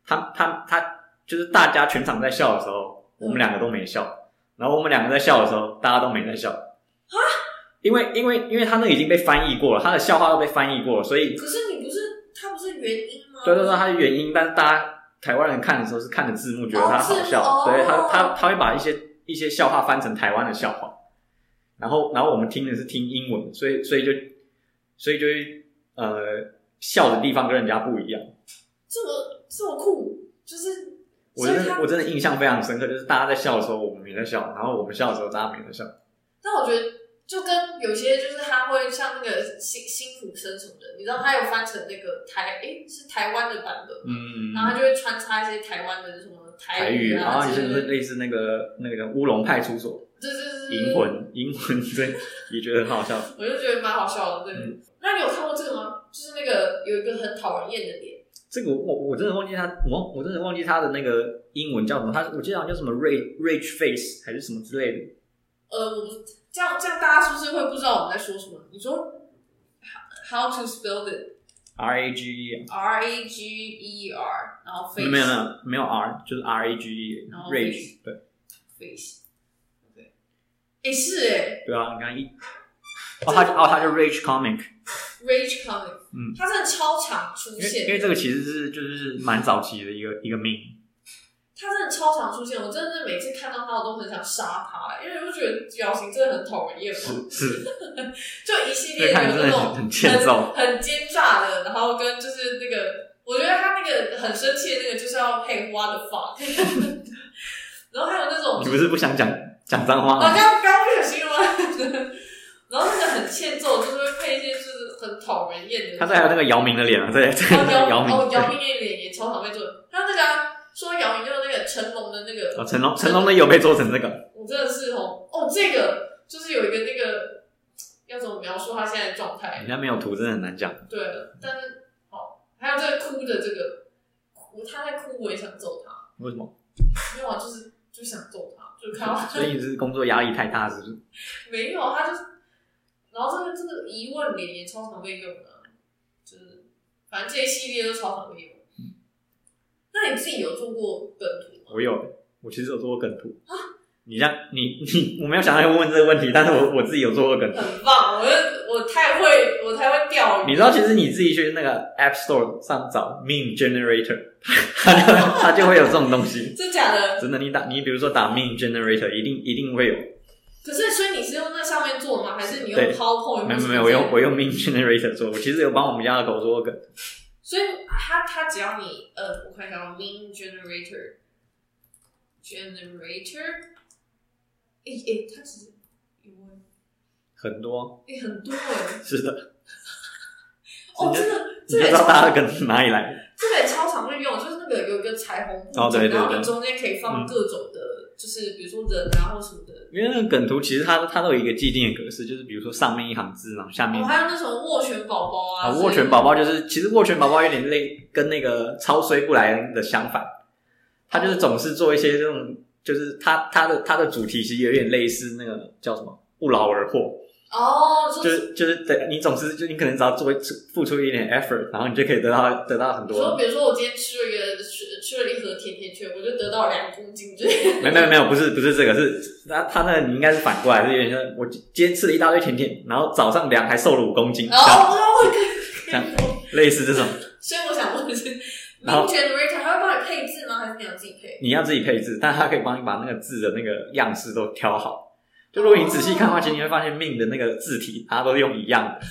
Speaker 2: 他他他就是大家全场在笑的时候，我们两个都没笑，然后我们两个在笑的时候，大家都没在笑啊，因为因为因为他那已经被翻译过了，他的笑话都被翻译过了，所以
Speaker 1: 可是你不是他不是原音吗？
Speaker 2: 对对对，它的原因，但是大家台湾人看的时候是看着字幕，觉得它好笑，
Speaker 1: 哦是
Speaker 2: 对他
Speaker 1: 哦
Speaker 2: 他他会把一些一些笑话翻成台湾的笑话，然后然后我们听的是听英文，所以所以就所以就会呃笑的地方跟人家不一样。
Speaker 1: 这么这么酷，就是
Speaker 2: 我
Speaker 1: 所以
Speaker 2: 真的
Speaker 1: 他
Speaker 2: 我真的印象非常深刻，就是大家在笑的时候我们没在笑，然后我们笑的时候大家没在笑。
Speaker 1: 但我觉得就跟有些就是他会像那个辛辛普森什么的，你知道他有翻成那个台诶、是台湾的版本，
Speaker 2: 嗯
Speaker 1: 然后他就会穿插一些台湾的什么
Speaker 2: 台
Speaker 1: 语
Speaker 2: 语，然
Speaker 1: 啊
Speaker 2: 后
Speaker 1: 之
Speaker 2: 就是
Speaker 1: 类的，
Speaker 2: 类似那个那个叫乌龙派出所，
Speaker 1: 对对对，
Speaker 2: 银，魂银魂，对，也觉得很好笑。
Speaker 1: 我就觉得蛮好笑的。对，
Speaker 2: 嗯
Speaker 1: 那你有看过这个吗？就是那个有一个很讨人厌的脸，
Speaker 2: 这个我我我真的忘记他，我我真的忘记他的那个英文叫什么，他我记得好像叫什么 rage rage face 还是什么之类的。
Speaker 1: 呃，我不这样这样大家是不是会不知道我们在说什么？你说 how to spell it
Speaker 2: R A G E，
Speaker 1: R A G E R，然后 face 哦
Speaker 2: 没有没有没有没有 R，就是 R A G E
Speaker 1: 然后
Speaker 2: rage，对
Speaker 1: face，对，诶、是诶、
Speaker 2: 对啊，你看一，哦他哦他叫 rage comic，
Speaker 1: Rage Comic，
Speaker 2: 嗯
Speaker 1: 它真的超常出
Speaker 2: 因为因为
Speaker 1: 现，
Speaker 2: 这个其实是就是蛮早期的一个一个命，
Speaker 1: 它真的超常出现，我真的是每次看到它，我都很想杀它，因为我就觉得表情真的很讨人厌嘛，
Speaker 2: 是是，
Speaker 1: 就一系
Speaker 2: 这
Speaker 1: 列
Speaker 2: 个看
Speaker 1: 有
Speaker 2: 着真
Speaker 1: 那
Speaker 2: 的很
Speaker 1: 种
Speaker 2: 很欠揍。
Speaker 1: 很奸诈的，然后跟就是那个，我觉得他那个很生气的那个就是要配花的 fuck，然后还有那种
Speaker 2: 你不是不想讲讲脏话
Speaker 1: 我刚
Speaker 2: 吗？
Speaker 1: 刚刚不小心了， 然后那个很欠揍，就是会配一些就是很讨人厌的，
Speaker 2: 他这还有那个姚明的脸啊，这这
Speaker 1: 哦姚
Speaker 2: 姚明，
Speaker 1: 哦姚
Speaker 2: 对
Speaker 1: 明那脸也超常被做，他那个啊说姚明就是那个成龙的那个，
Speaker 2: 哦成龙成龙的有被做成这个，
Speaker 1: 我真的是哦哦这个就是有一个那个要怎么描述他现在的状态
Speaker 2: 人？家没有图真的很难讲。
Speaker 1: 对了，但是好、还有这个哭的这个哭，他在哭我也想揍他，
Speaker 2: 为什么？
Speaker 1: 没有啊，就是就想揍他，就看到 他
Speaker 2: 所以你是工作压力太大，是不是？
Speaker 1: 没有啊他就是，然后这个这个疑问脸也超常被用的啊、就是反正这一系列都超常被用。
Speaker 2: 嗯
Speaker 1: 那你自己有做过梗图吗？
Speaker 2: 我有，欸我其实有做过梗图你像你你，我没有想到会问这个问题，但是我我自己有做过梗图。
Speaker 1: 很棒，我就我太会，我太会钓鱼。
Speaker 2: 你知道，其实你自己去那个 App Store 上找 Meme Generator，它 就它就会有这种东西。
Speaker 1: 真假的？
Speaker 2: 真的，你打你比如说打 Meme Generator，一定一定会有。
Speaker 1: 可是，所以你是用那上面做的吗？还是你用
Speaker 2: 对
Speaker 1: PowerPoint？
Speaker 2: 没
Speaker 1: 或
Speaker 2: 有
Speaker 1: 是
Speaker 2: 没有，我用我。用 Meme Generator 做，我其实有帮我们家的狗做过梗。
Speaker 1: 所以它它只要你呃，我看一下哦，Mean Generator Generator，哎哎、诶它其实有
Speaker 2: 很多
Speaker 1: 哎、诶很多哎、
Speaker 2: 是的，
Speaker 1: 哦，
Speaker 2: 你就
Speaker 1: 这个这
Speaker 2: 你
Speaker 1: 个
Speaker 2: 就知
Speaker 1: 也
Speaker 2: 道
Speaker 1: 超
Speaker 2: 大家的梗哪里来。
Speaker 1: 这个也超常运用，就是那个有一个彩虹布景，
Speaker 2: 哦对对
Speaker 1: 然后
Speaker 2: 对
Speaker 1: 你中间可以放
Speaker 2: 嗯
Speaker 1: 各种的，就是比如说人啊或什么的。
Speaker 2: 因为那个梗图其实它它都有一个既定的格式，就是比如说上面一行字，然后下面一
Speaker 1: 哦，
Speaker 2: 行
Speaker 1: 还有那种握拳宝宝啊
Speaker 2: 嗯啊，
Speaker 1: 之类的，
Speaker 2: 握拳宝宝就是，其实握拳宝宝有点类跟那个超衰布莱恩的相反，他就是总是做一些这种，就是他他的他的主题其实有点类似那个叫什么不劳而获，
Speaker 1: 哦，就
Speaker 2: 就是是就是对你总是就你可能只要做一付出一点 effort，然后你就可以得到得到很
Speaker 1: 你说，
Speaker 2: 多。
Speaker 1: 比如说我今天吃了一个吃吃了一盒甜甜圈，我就得到两公斤 之类的。
Speaker 2: 没有没有没有，不是不是这个，是他他那个你应该是反过来，是有点像我今天吃了一大堆甜甜，然后早上量还瘦了五公斤，这
Speaker 1: 然后
Speaker 2: 样
Speaker 1: 我可
Speaker 2: 这样
Speaker 1: 以，
Speaker 2: 类似这种，
Speaker 1: 所以我想问的是，你
Speaker 2: 然后
Speaker 1: 觉得 Rita 他会帮你配置吗？还是你要自己配？
Speaker 2: 你要自己配置，但它可以帮你把那个字的那个样式都挑好。就如果你仔细看的话，其实你会发现命的那个字体，它都用一样的。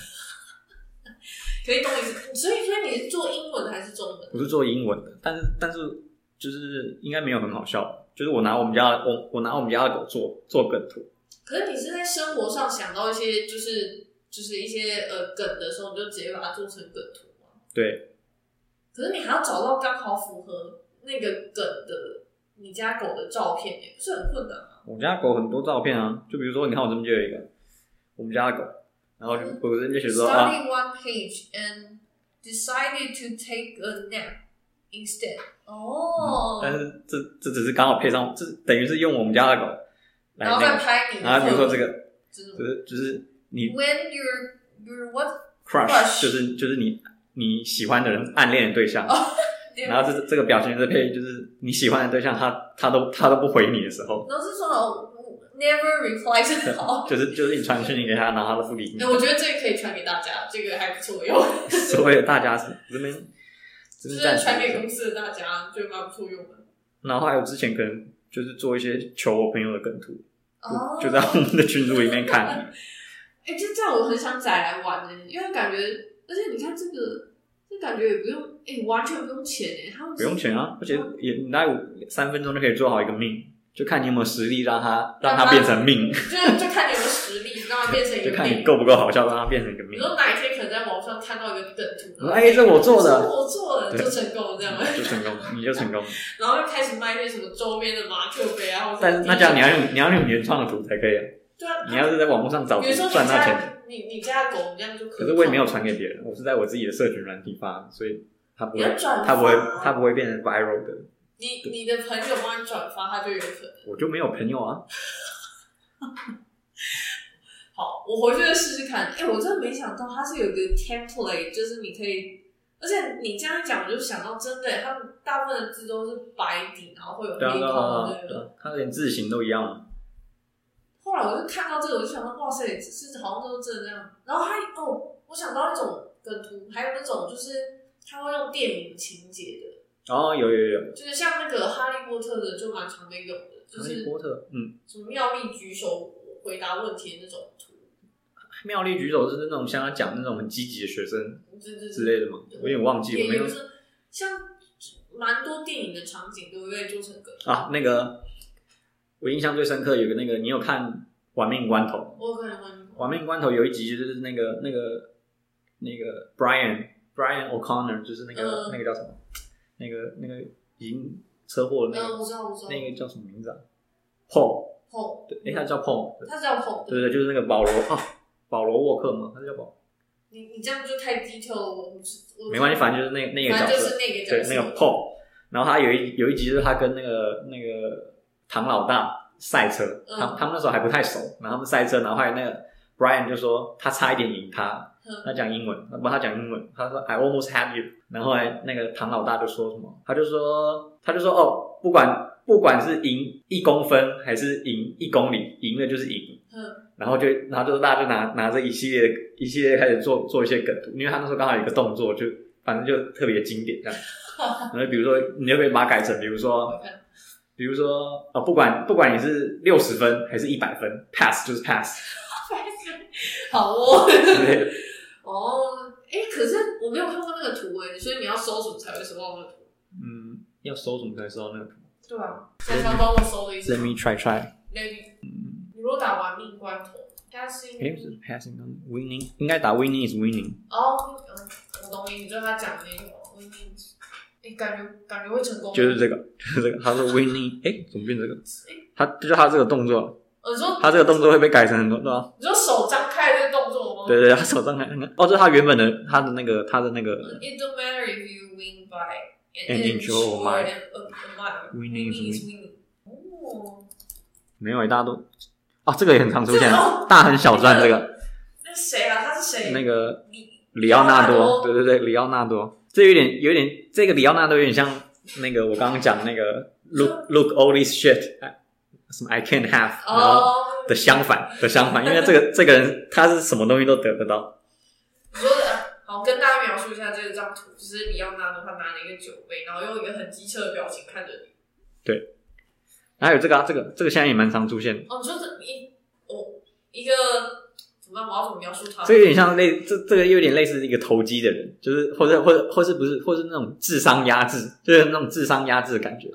Speaker 1: 可以懂我意思？所以所以你是做英文还是中文？
Speaker 2: 我是做英文的，但是但是就是应该没有很好笑。就是我拿我们家的我我拿我们家的狗做做梗图，
Speaker 1: 可是你是在生活上想到一些就是就是一些呃梗的时候，你就直接把它做成梗图吗？
Speaker 2: 对，
Speaker 1: 可是你还要找到刚好符合那个梗的你家狗的照片，也不是很困难吗？
Speaker 2: 我们家狗很多照片啊，就比如说你看我这边就有一个我们家的狗，然后就我这边就写说啊，
Speaker 1: Study one page and decided to take a nap. instead Oh. 哦，
Speaker 2: 但是这这只是刚好配上，这等于是用我们家的狗来
Speaker 1: 然后
Speaker 2: 那
Speaker 1: 再
Speaker 2: 个，
Speaker 1: 拍你，
Speaker 2: 然后比如说这个，
Speaker 1: 这种
Speaker 2: 就是就是你
Speaker 1: ，when you're you're what Crush
Speaker 2: crush，就是就是你你喜欢的人暗恋的对象，
Speaker 1: 哦
Speaker 2: 然后这这个表情是配就是你喜欢的对象他他都他都不回你的时候，
Speaker 1: 然后是说哦 never reply 最好。
Speaker 2: 就是就是你传讯息给他，然后他都不理
Speaker 1: 哎，我
Speaker 2: 你，
Speaker 1: 觉得这个可以传给大家，这个还不错用，
Speaker 2: 所谓的大家是这边
Speaker 1: 就
Speaker 2: 这
Speaker 1: 是
Speaker 2: 边暂
Speaker 1: 传给
Speaker 2: 时，
Speaker 1: 公司的大家，觉得蛮不错用的。
Speaker 2: 然后还有之前可能就是做一些求我朋友的梗图，
Speaker 1: 哦，
Speaker 2: 就就在我们的群组里面看。
Speaker 1: 哎、就这样我很想载来玩呢、因为感觉，而且你看这个，这感觉也不用，哎、完全不用钱哎、他们
Speaker 2: 不用钱啊，而且也你大概五三分钟就可以做好一个命，就看你有没有实力让它让它变成命，
Speaker 1: 就是就看你有没有实力，让它变成一个
Speaker 2: 就看你
Speaker 1: 命
Speaker 2: 够不够好笑，让它变成一个
Speaker 1: 比
Speaker 2: 命
Speaker 1: 如，说哪一天可能在网上看到一个梗图，
Speaker 2: 说哎这我做的
Speaker 1: 这我做的
Speaker 2: 对
Speaker 1: 就成功了这样，
Speaker 2: 就成功，你就成功。
Speaker 1: 然后又开始卖一些什么周边的马克杯啊，或者
Speaker 2: 但是那这样你要用你要用原创的图才可以 啊，
Speaker 1: 对啊，
Speaker 2: 你要是在网络上找
Speaker 1: 比
Speaker 2: 图
Speaker 1: 如说你
Speaker 2: 赚到钱，
Speaker 1: 家你你家的狗这样就可以，
Speaker 2: 可是我也没有，传给别人，我是在我自己的社群软体发，所以它不
Speaker 1: 你要
Speaker 2: 会
Speaker 1: 转发，
Speaker 2: 它不会它不会变成 viral 的，
Speaker 1: 你你的朋友帮你转发，他就有可能。
Speaker 2: 我就没有朋友啊，
Speaker 1: 好，我回去再试试看。哎、我真的没想到它是有一个 template，就是你可以，而且你这样一讲，我就想到真的，他们大部分的字都是白底，然后会有黑
Speaker 2: 对啊对
Speaker 1: 框
Speaker 2: 啊
Speaker 1: 的，
Speaker 2: 对
Speaker 1: 对
Speaker 2: 啊，它连字形都一样啊嘛，
Speaker 1: 后来我就看到这个，我就想到，哇塞，这是好像都是真的那样。然后还哦，我想到一种梗图，还有那种就是他会用电影情节的，
Speaker 2: 哦有有有，有
Speaker 1: 就是像那个哈利波特的就蛮常被用的，就
Speaker 2: 哈利
Speaker 1: 是
Speaker 2: 波特，嗯。
Speaker 1: 什么妙丽举手回答问题的那种图，
Speaker 2: 妙丽举手是那种像他讲那种很积极的学生
Speaker 1: 对对
Speaker 2: 之
Speaker 1: 对。
Speaker 2: 类的吗？我有点忘记，
Speaker 1: 也
Speaker 2: 我没有
Speaker 1: 就是像蛮多电影的场景都会做成梗，
Speaker 2: 啊。那个我印象最深刻有个那个，你有看《玩命关头》？《
Speaker 1: 我可能会
Speaker 2: 玩命关头》有一集就是那个那个那个 Brian Brian O'Connor，就是那个、
Speaker 1: 嗯
Speaker 2: 那个叫什么？那个那个已经车祸的那个、
Speaker 1: 嗯，我知道，我知道，
Speaker 2: 那个叫什么名字啊？Paul，
Speaker 1: 碰，
Speaker 2: 对，哎、他叫 Paul，对
Speaker 1: 他叫碰，
Speaker 2: 对对，就是那个保罗啊，保罗沃克吗？他叫保，
Speaker 1: 你你这样就太 detail 了，我不知我
Speaker 2: 没关系，反正就是那那个角
Speaker 1: 反正就
Speaker 2: 色。
Speaker 1: 是那个
Speaker 2: 对
Speaker 1: 角，色，
Speaker 2: 那个 Paul，然后他有一有一集就是他跟那个那个唐老大赛车，
Speaker 1: 嗯
Speaker 2: 他他们那时候还不太熟，然后他们赛车，然后后来那个 Brian 就说他差一点赢他，
Speaker 1: 嗯
Speaker 2: 他讲英文，不他讲英文，他说 I almost had you，然后后来那个唐老大就说什么，他就说他就说哦，不管不管是赢一公分还是赢一公里，赢了就是赢。
Speaker 1: 嗯
Speaker 2: 然后就，然后就是大家就拿拿着一系列一系列开始做做一些梗图，因为他那时候刚好有一个动作，就反正就特别经典这样。然后比如说，你就可以把它改成，比如说
Speaker 1: OK，
Speaker 2: 比如说呃，不管不管你是六十分还是一百分，pass 就是 pass
Speaker 1: 好哦，
Speaker 2: 之类的。
Speaker 1: 哦，哎，可是我没有看过那个图哎，所以你要搜索才会搜到那个图，
Speaker 2: 嗯，要搜什么才知道那个
Speaker 1: 对啊，才刚帮我搜了一次
Speaker 2: ？Let me try try。
Speaker 1: ，Let me，你如果打完命关头，它是一个
Speaker 2: 诶，不是 passing winning，应该打 winning is winning。
Speaker 1: 哦，嗯，我懂你，就是他讲的那种，我已经，哎，感觉感觉会成功，
Speaker 2: 就是这个，就是这个。他说 winning，诶，怎么变这个？他就他这个动作，
Speaker 1: 呃，你说
Speaker 2: 他这个动作会被改成很多，对吧？
Speaker 1: 你说手张开这个动作吗？
Speaker 2: 对对，对他手上还哦，这是他原本的他的那个他的那个
Speaker 1: It don't matter if you win by
Speaker 2: An inch or a mile.
Speaker 1: an- a- a mile.
Speaker 2: Winning is
Speaker 1: Winning is winning. 哦，
Speaker 2: 没有，大家都啊，这个也很常出现
Speaker 1: 这个哦，
Speaker 2: 大亨小传这个
Speaker 1: 那谁啊？他是谁？
Speaker 2: 那个
Speaker 1: 你
Speaker 2: 里奥纳多，
Speaker 1: 里
Speaker 2: 对对对，里奥纳多，这有点有点这个里奥纳多有点像那个我刚刚讲那个 look look all this shit，哎什么 I can't have，然后
Speaker 1: 哦，
Speaker 2: 的相反的相反，因为这个 这个人他是什么东西都得得到，
Speaker 1: 你说的啊好，跟大家描述一下这张图，就是里奥纳多他拿了一个酒杯，然后用一个很机车的表情看着你。
Speaker 2: 然后有这个啊，这个这个现在也蛮常出现的。
Speaker 1: 哦，你说这一我一个怎么办？我要怎么描述他？
Speaker 2: 这有点像类，这这个有点类似一个投机的人，就是或者或者或是不是，或是那种智商压制，就是那种智商压制的感觉。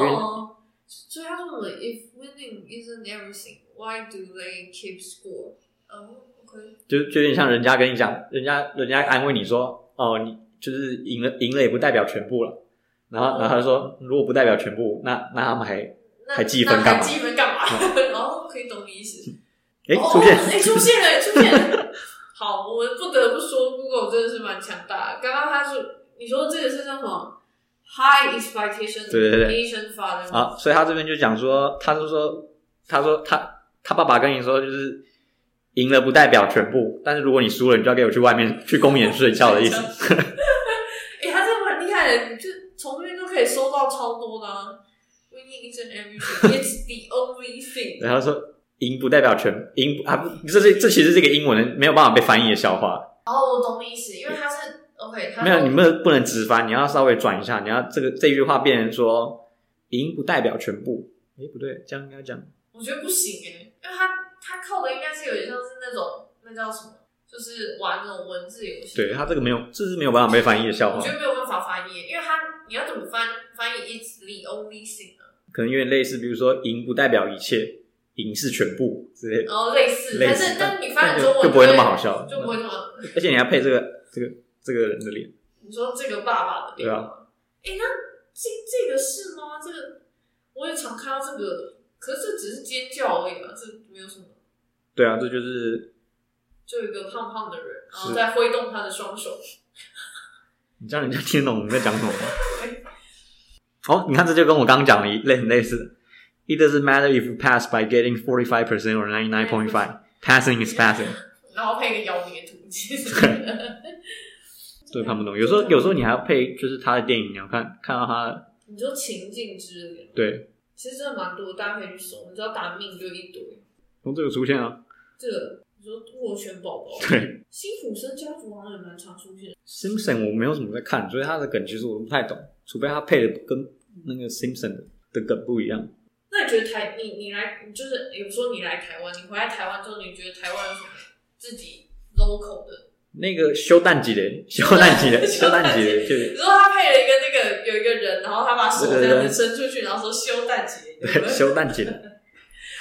Speaker 2: 因为
Speaker 1: 哦，所以他说什么？If winning isn't everything, why do they keep score？哦，OK，
Speaker 2: 就就有点像人家跟你讲，人家人家安慰你说，哦，你就是赢了，赢了也不代表全部了。然后然后他说，如果不代表全部，那那他们还
Speaker 1: 那
Speaker 2: 还记分干嘛
Speaker 1: 那还记分干 嘛？ 哦，可以懂你意思。
Speaker 2: 哎
Speaker 1: 哦
Speaker 2: 出现，
Speaker 1: 哎，出现了，出现了。好，我们不得不说，Google 真的是蛮强大的。刚刚他说，你说这个是叫什么？ high expectation
Speaker 2: 对对对
Speaker 1: Asian father
Speaker 2: 啊，所以他这边就讲说，他就说，他说他他爸爸跟你说，就是赢了不代表全部，但是如果你输了，你就要给我去外面 去公园睡觉的意 思。
Speaker 1: 哎、他这个很厉害的，你就从这边都可以收到超多的、啊。Winning is an everything, it's the only thing。
Speaker 2: 然后说赢不代表全赢啊，不这是这其实是一个英文的没有办法被翻译的笑话，
Speaker 1: 然后我懂你意思，因为他是 OK，他
Speaker 2: 没有你们不能直翻，你要稍微转一下，你要这个这句话变成说赢不代表全部。诶，不对，这样应该讲
Speaker 1: 我觉得不行哎、因为他他靠的应该是有点像是那种那叫什么，就是玩那种文字游戏。
Speaker 2: 对他这个没有，这是没有办法被翻译的笑
Speaker 1: 我
Speaker 2: 话
Speaker 1: 觉，得没有办法翻译，因为他你要怎么翻翻译 it's the only thing 呢？
Speaker 2: 可能有点类似，比如说赢不代表一切，赢是全部之类的。
Speaker 1: 然后类似，
Speaker 2: 类
Speaker 1: 但
Speaker 2: 似
Speaker 1: 是
Speaker 2: 但
Speaker 1: 但你翻成
Speaker 2: 就
Speaker 1: 中文
Speaker 2: 就不会那么好笑
Speaker 1: 就不会那么。
Speaker 2: 而且你还配这个这个这个人的脸，
Speaker 1: 你说这个爸爸的
Speaker 2: 对啊
Speaker 1: 吗？哎、那这这个是吗？这个我也常看到这个，可是这只是尖叫而已嘛，这没有什么。
Speaker 2: 对啊，这就是
Speaker 1: 就有一个胖胖的人，然后
Speaker 2: 是
Speaker 1: 在挥动他的双手。
Speaker 2: 你知道人家听得懂我们在讲什么吗？ 哦，你看这就跟我刚刚讲的一类很类似的。It doesn't matter if you pass by getting forty five percent or ninety nine point five. Passing is passing。
Speaker 1: 然后配一个咬你的图，其 实
Speaker 2: 这个看不懂，有时候有时候你还要配，就是他的电影，你要看看到他的
Speaker 1: 你说情境之恋，
Speaker 2: 对，
Speaker 1: 其实真的蛮多，大家可以去搜，你知道打命就一堆。
Speaker 2: 从这个出现啊，
Speaker 1: 这个你说斡旋宝宝，
Speaker 2: 对。
Speaker 1: 辛普森家族好像也蛮常出现的。
Speaker 2: Simpson 我没有怎么在看，所以他的梗其实我都不太懂，除非他配的跟那个 Simpson 的的梗不一样。
Speaker 1: 那你觉得台你你来你就是，也不说你来台湾，你回来台湾之后，你觉得台湾有什么自己 local 的？
Speaker 2: 那个修蛋级的，修蛋级的，修蛋级的，就
Speaker 1: 你说他配了一个那个有一个人，然后他把手
Speaker 2: 对对
Speaker 1: 这
Speaker 2: 对
Speaker 1: 样子伸出去，然后说修蛋 节，
Speaker 2: 对，修蛋节，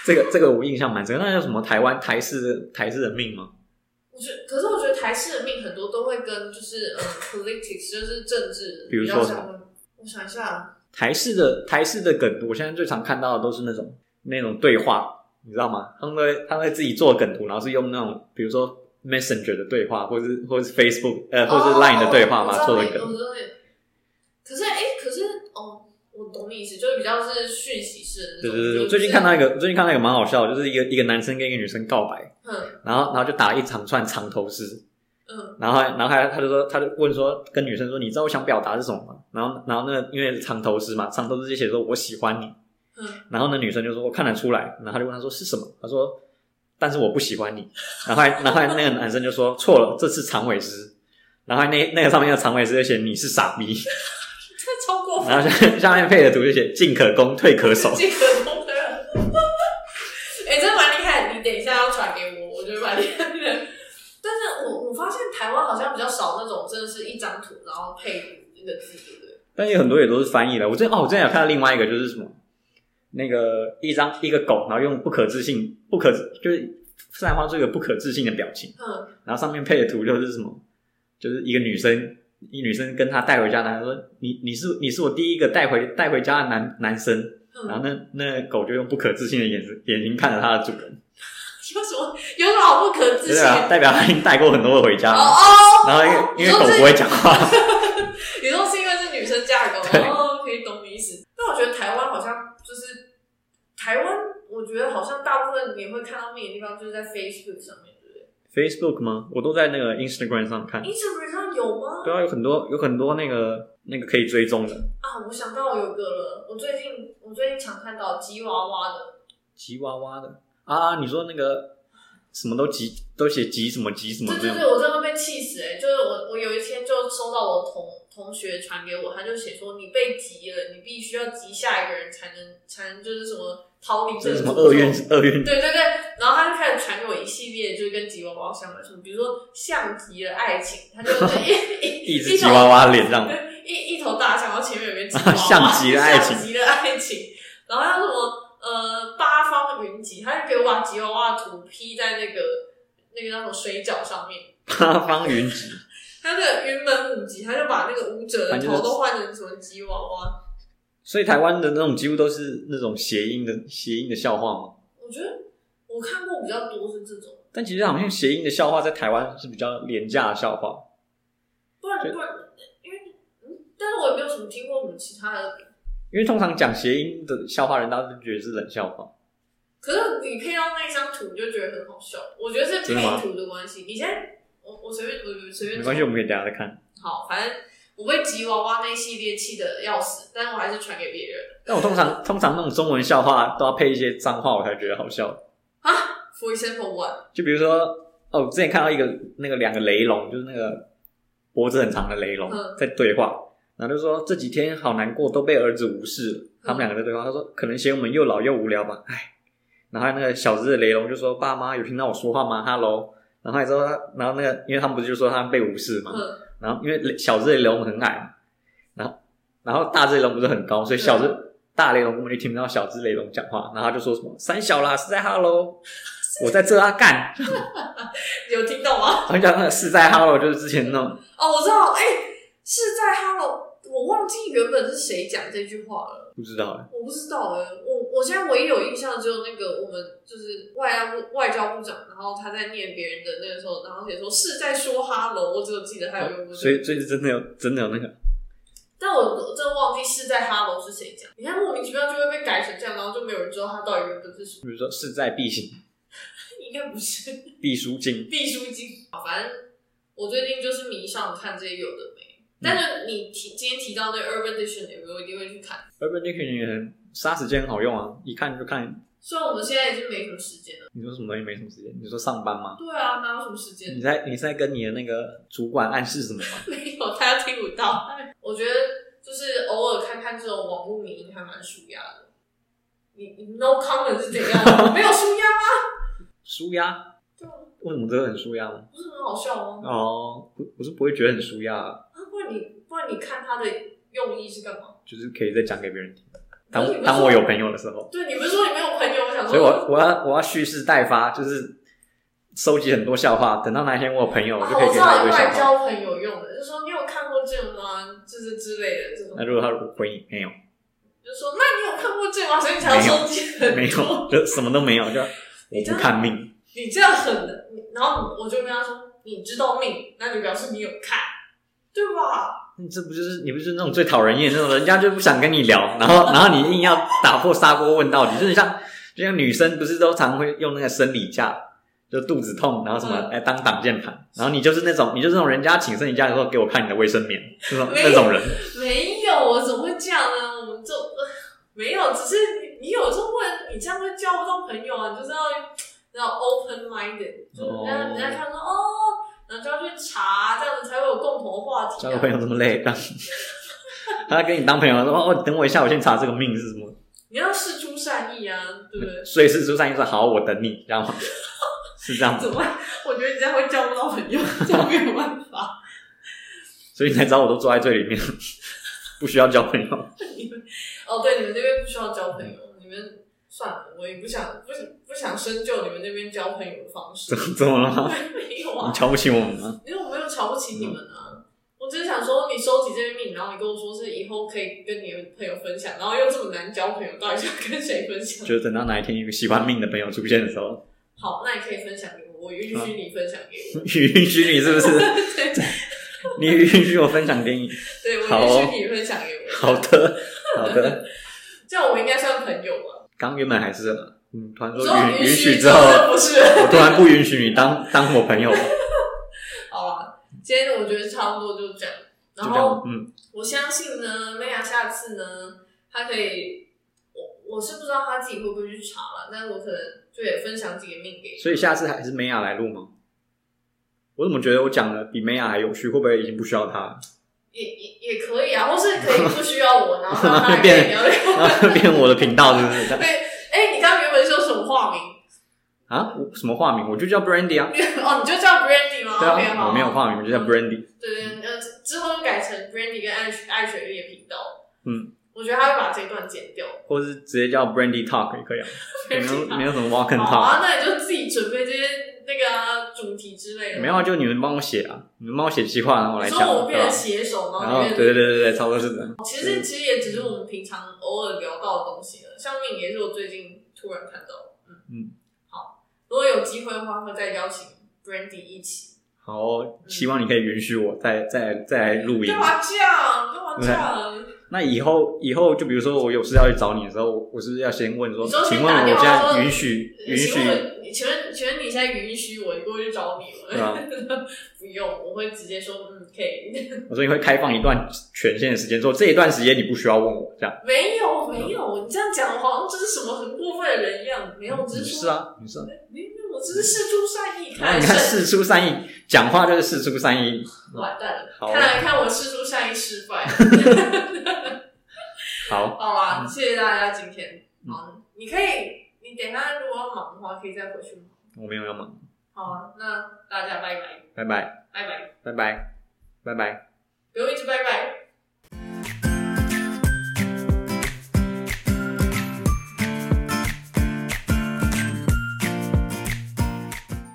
Speaker 2: 这个这个我印象蛮深刻。那叫什么台湾台式台式人命吗？
Speaker 1: 我觉得，可是我觉得台式的命很多都会跟就是呃 politics 就是政治
Speaker 2: 比如说
Speaker 1: 较
Speaker 2: 什么
Speaker 1: 相关。我想一下啊，
Speaker 2: 台式的台式的梗，我现在最常看到的都是那种那种对话，你知道吗？他们会他们会自己做梗图，然后是用那种比如说 Messenger 的对话，或是或是 Facebook 呃或是 Line 的对话
Speaker 1: 嘛
Speaker 2: 嘛，做的
Speaker 1: 哦我
Speaker 2: 梗。
Speaker 1: 知道你。可是哎、可是哦，我懂你意思，就是比较是讯息式的那
Speaker 2: 对
Speaker 1: 种。
Speaker 2: 对对对，
Speaker 1: 就
Speaker 2: 我
Speaker 1: 是
Speaker 2: 最近看到一个，最近看到一个蛮好笑的，就是一个一个男生跟一个女生告白，
Speaker 1: 嗯
Speaker 2: 然后然后就打了一长串长头诗，
Speaker 1: 嗯，
Speaker 2: 然后还，然后还，他就说，他就问说，跟女生说，你知道我想表达是什么吗？然后，然后那个因为是长头诗嘛，长头诗就写说我喜欢你。
Speaker 1: 嗯。
Speaker 2: 然后那女生就说，我看得出来。然后他就问他说是什么？他说，但是我不喜欢你。然后还，然后还那个男生就说错了，这是长尾诗。然后还那那个上面的长尾诗就写你是傻逼，
Speaker 1: 这超过分
Speaker 2: 然，后下下面配的图就写进可攻退可守。
Speaker 1: 这个都没有。 哎、真的蛮厉害的，你等一下要传给我，我觉得蛮厉害的。但是我我发现台湾好像比较少那种，真的是一张图然后配那个字，对不对？
Speaker 2: 但有很多也都是翻译的。我之前哦，我之前有看到另外一个就是什么，那个一张一个狗，然后用不可置信、不可就是散发出一个不可置信的表情，
Speaker 1: 嗯，
Speaker 2: 然后上面配的图就是什么，就是一个女生，一女生跟她带回家，男生说你你是你是我第一个带回带回家的男男生，
Speaker 1: 嗯
Speaker 2: 然后那那狗就用不可置信的眼神眼睛看着它的主人，
Speaker 1: 有什么有什么好不可置信
Speaker 2: 对
Speaker 1: 的？
Speaker 2: 啊，代表它已经带过很多个回家
Speaker 1: 哦
Speaker 2: 了。
Speaker 1: 哦，
Speaker 2: 然后因为因为狗不会讲话，
Speaker 1: 你说是因为是女生嫁狗，
Speaker 2: 对
Speaker 1: 哦，可以懂你意思。但我觉得台湾好像就是台湾，我觉得好像大部分你会看到面的地方就是在 Facebook 上面，对不对
Speaker 2: Facebook 吗？我都在那个 Instagram 上看。
Speaker 1: ？Instagram 上有吗？
Speaker 2: 对啊，有很多有很多那个那个可以追踪的
Speaker 1: 啊，我想到有一个了，我最近我最近常看到吉娃娃的，
Speaker 2: 吉娃娃的啊，你说那个什么都急都写急什么急什么
Speaker 1: 对对
Speaker 2: 这样
Speaker 1: 对，我真的会被气死哎、就是我我有一天就收到我同同学传给我，他就写说你被急了，你必须要急下一个人才能才能就是什么逃离
Speaker 2: 这
Speaker 1: 个
Speaker 2: 是什么
Speaker 1: 诅咒
Speaker 2: 厄运厄运
Speaker 1: 对对对，然后他就开始传给我一系列就是跟吉娃娃相关的，什么比如说像极了爱情，他就一一
Speaker 2: 一只吉娃娃脸上
Speaker 1: 对一一头大象，然后前面有个吉娃娃，
Speaker 2: 啊像极了爱情
Speaker 1: 啊像极了爱情，然后还有什么呃八方云集，他就给我把吉娃娃的图 P 在那个那个叫什么水饺上面，
Speaker 2: 八方云集，
Speaker 1: 他的云门舞集，他就把那个舞者的
Speaker 2: 反正就
Speaker 1: 头
Speaker 2: 是
Speaker 1: 都换成什么吉娃娃，
Speaker 2: 所以台湾的那种几乎都是那种谐音的谐音的笑话嘛。
Speaker 1: 我觉得我看过比较多是这种。
Speaker 2: 但其实好像谐音的笑话在台湾是比较廉价的笑话，
Speaker 1: 不然
Speaker 2: 就
Speaker 1: 不然，因为嗯，但是但我也没有什么听过什么其他的。
Speaker 2: 因为通常讲谐音的笑话，人家都觉得是冷笑话。
Speaker 1: 可是你配到那张图，你就觉得很好笑。我觉得是
Speaker 2: 真的吗
Speaker 1: 配图的关系。你先，我我随便，我随便，
Speaker 2: 没关系，我们可以等一下再看。
Speaker 1: 好，反正我被吉娃娃那一系列气的要死，但是我还是传给别人。
Speaker 2: 但我通常通常那种中文笑话都要配一些脏话，我才觉得好笑。
Speaker 1: For example, one，
Speaker 2: 就比如说，哦，我之前看到一个那个两个雷龙，就是那个脖子很长的雷龙
Speaker 1: 嗯
Speaker 2: 在对话，然后就说这几天好难过，都被儿子无视了。他们两个在对话，他说可能嫌我们又老又无聊吧，唉。然后那个小只的雷龙就说：“爸妈有听到我说话吗？”Hello。然后还说，然后那个，因为他们不是就说他们被无视嘛，
Speaker 1: 嗯，
Speaker 2: 然后因为小只的雷龙很矮嘛，然后然后大只雷龙不是很高，所以小只
Speaker 1: 啊
Speaker 2: 大雷龙根本就听不到小只雷龙讲话，然后他就说什么三小啦是在哈喽，我在这啊干，
Speaker 1: 有听到吗？
Speaker 2: 好像讲那个是在哈喽，就是之前那种
Speaker 1: 哦，我知道，哎、是在 Hello，我忘记原本是谁讲这句话了，
Speaker 2: 不知道欸
Speaker 1: 我不知道哎、我我现在唯一有印象只有那个我们就是外交部外交部长，然后他在念别人的那个时候，然后写说是在说 Hello，我只有记得他有用过
Speaker 2: 啊所
Speaker 1: 这
Speaker 2: 以
Speaker 1: 个，
Speaker 2: 所以是真的有真的有那个，
Speaker 1: 但我我真的忘记是在 Hello 是谁讲，你看莫名其妙就会被改成这样，然后就没有人知道他到底原本是谁，
Speaker 2: 比如说势在必行
Speaker 1: 应该不是。
Speaker 2: 必输尽，
Speaker 1: 必输金。反正我最近就是迷上看这些有的没，
Speaker 2: 嗯
Speaker 1: 但是你提今天提到那个 Urban Dictionary，我一定会去看。
Speaker 2: ，Urban Dictionary 杀时间很好用啊，一看就看。
Speaker 1: 虽然我们现在已经没什么时间了，
Speaker 2: 你说什么东西没什么时间？你说上班吗？
Speaker 1: 对啊，哪有什么时间
Speaker 2: 你？在你是在跟你的那个主管暗示什么吗？
Speaker 1: 没有，他要听不到。我觉得就是偶尔看看这种网络名还蛮舒压的。你你 no comment 是怎样？没有舒压吗？
Speaker 2: 舒压？
Speaker 1: 对啊，
Speaker 2: 为什么这个很舒压吗？
Speaker 1: 不是很好笑吗？
Speaker 2: 哦，不，我是不会觉得很舒压、啊，
Speaker 1: 啊，不然你不然你看他的用意是干嘛？
Speaker 2: 就是可以再讲给别人听。
Speaker 1: 可是你
Speaker 2: 当
Speaker 1: 不是
Speaker 2: 当
Speaker 1: 说
Speaker 2: 我有朋友的时候，
Speaker 1: 对，你不是说你没有朋友？我想说，
Speaker 2: 所以我我要我要蓄势待发，就是收集很多笑话，等到哪一天我有朋友，我就可以
Speaker 1: 哦，我
Speaker 2: 给
Speaker 1: 知
Speaker 2: 他
Speaker 1: 道
Speaker 2: 一堆
Speaker 1: 用
Speaker 2: 笑
Speaker 1: 来
Speaker 2: 话。
Speaker 1: 交朋友用的，就说你有看过这个吗？就是之类的这种
Speaker 2: 那，如果他回你没有，
Speaker 1: 就说那你有看过这个吗？所以你才要收集很多
Speaker 2: 没有，就什么都没有，就我不看命。
Speaker 1: 你这样很的，你然后我就跟他说你知道命，那就表示你有看，对吧？
Speaker 2: 你这不就是你不是那种最讨人厌的那种，人家就不想跟你聊，然后然后你硬要打破砂锅问到底，就是像就像女生不是都常会用那个生理假，就肚子痛，然后什么
Speaker 1: 嗯
Speaker 2: 来当挡箭牌，然后你就是那种你就是那种人家请生理假的时候给我看你的卫生棉那种
Speaker 1: 没有
Speaker 2: 那种人，
Speaker 1: 没有，我怎么会这样呢？我们就、呃没有，只是你你有时候问你这样会交不到朋友啊，你就是要要 open minded，就是人家
Speaker 2: 哦
Speaker 1: 人家看说哦，然后就要去查，这样子才会有共同话题、
Speaker 2: 交
Speaker 1: 啊。
Speaker 2: 个朋友这么累，让他跟你当朋友说哦，等我一下，我先查这个命是什么，
Speaker 1: 你要事出善意啊，对不对？
Speaker 2: 所以是朱三一说好，我等你，知道吗？ 是这样子，
Speaker 1: 怎么？我觉得你这样会交不到朋友， 这样没有办法。
Speaker 2: 所以你才知道我都坐在最里面， 不需要交朋友。
Speaker 1: 你们哦，对，你们那边不需要交朋友，你们算了，我也不想不不想深究你们那边交朋友的方 式。
Speaker 2: 怎么了吗？
Speaker 1: 没有
Speaker 2: 你
Speaker 1: 啊，
Speaker 2: 瞧不起我们吗？
Speaker 1: 因为我没有瞧不起你们啊。我只是想说，你收集这些命，然后你跟我说是以后可以跟你的朋友分享，然后又这么难交朋友，到底想跟谁分 享？
Speaker 2: 就是等到哪一天有个喜欢命的朋友出现的时候，
Speaker 1: 好，那你可以分享给我，我允许你分享给 我。
Speaker 2: 允许你是不是？
Speaker 1: 对
Speaker 2: 你允许我分享给你？
Speaker 1: 对，我
Speaker 2: 好哦
Speaker 1: 允许你分享给我。
Speaker 2: 好的，好的。
Speaker 1: 这样我应该算朋友 吧？
Speaker 2: 刚原本还是，嗯，突然
Speaker 1: 说
Speaker 2: 说允
Speaker 1: 允
Speaker 2: 许
Speaker 1: 许
Speaker 2: 之后，
Speaker 1: 不是？
Speaker 2: 我突然不允许你当当我朋友，就
Speaker 1: 好啦，今天我觉得差不多就这样。然
Speaker 2: 这样
Speaker 1: 后，
Speaker 2: 嗯，
Speaker 1: 我相信呢，妹雅下次呢，她可以，我我是不知道她自己会不会去查了，但是我可能就也分享几个命给你。
Speaker 2: 所以下次还是梅雅来录吗？我怎么觉得我讲的比梅雅还有趣？会不会已经不需要她了，
Speaker 1: 也也也可以啊，或是可以不需要我，然后 让她来跟
Speaker 2: 变
Speaker 1: 你聊聊。
Speaker 2: 然后变我的频道是不是？这样
Speaker 1: 对，哎，你刚刚原本是用什么化名？
Speaker 2: 啊，我什么化名？我就叫 Brandy 啊，
Speaker 1: 哦，你就叫 Brandy 吗？嗯
Speaker 2: 对
Speaker 1: OK，
Speaker 2: 啊，
Speaker 1: 好
Speaker 2: 我没有。化名，我就叫 Brandy。
Speaker 1: 对对，呃，之后就改成 Brandy 跟艾雪艾雪莉的频道。
Speaker 2: 嗯，
Speaker 1: 我觉得他会把这段剪掉。
Speaker 2: 或是直接叫 Brandy Talk 也 可以啊，没有没有什么 Walk and
Speaker 1: 好
Speaker 2: Talk，
Speaker 1: 啊，那你就自己准备这些那个啊、主题之类的。
Speaker 2: 没有啊，就你们帮我写啊，你们帮我写计划，然后我来
Speaker 1: 你
Speaker 2: 讲，
Speaker 1: 说我们
Speaker 2: 对
Speaker 1: 变
Speaker 2: 吧
Speaker 1: 成？写手，然
Speaker 2: 然
Speaker 1: 后
Speaker 2: 后
Speaker 1: 变
Speaker 2: 对
Speaker 1: 成
Speaker 2: 对对对，差不多是这样。
Speaker 1: 其实其实也只是我们平常偶尔聊到的东西了。像命也是我最近突然看到的，嗯
Speaker 2: 嗯，
Speaker 1: 好，如果有机会的话，会再邀请 Brandy 一起。
Speaker 2: 然后希望你可以允许我 再再再来录音
Speaker 1: 干。嘛这样？干嘛这样？
Speaker 2: 那以后以后就比如说我有事要去找你的时候，我我是不是要先问说，
Speaker 1: 你说先
Speaker 2: 请问我
Speaker 1: 打电
Speaker 2: 现
Speaker 1: 话
Speaker 2: 在
Speaker 1: 说
Speaker 2: 允许允许
Speaker 1: 请问你，请问，请问你现在允许我过去找你
Speaker 2: 对啊
Speaker 1: 吗？
Speaker 2: 吧？
Speaker 1: 不用，我会直接说嗯，可以。
Speaker 2: 我说你会开放一段权限的时间，说这一段时间你不需要问我这样。
Speaker 1: 没有，没有，你这样讲好像就是什么很过分的人一样。没有，我只
Speaker 2: 你
Speaker 1: 是
Speaker 2: 是
Speaker 1: 说，
Speaker 2: 啊，你是啊。
Speaker 1: 没有，我只是事出善意。
Speaker 2: 然后
Speaker 1: 看
Speaker 2: 你
Speaker 1: 来
Speaker 2: 看
Speaker 1: 是
Speaker 2: 事出善意，讲话就是事出善意。
Speaker 1: 完蛋了，
Speaker 2: 好
Speaker 1: 看来看我事出善意失 败。
Speaker 2: 好，
Speaker 1: 好啊，谢谢大家今天。
Speaker 2: 嗯
Speaker 1: 好，你可以，你等一下如果要忙的话，可以再回去忙。
Speaker 2: 我没有要忙，
Speaker 1: 好啊，那大家拜拜，
Speaker 2: 拜拜，
Speaker 1: 拜拜。
Speaker 2: 拜拜，拜拜。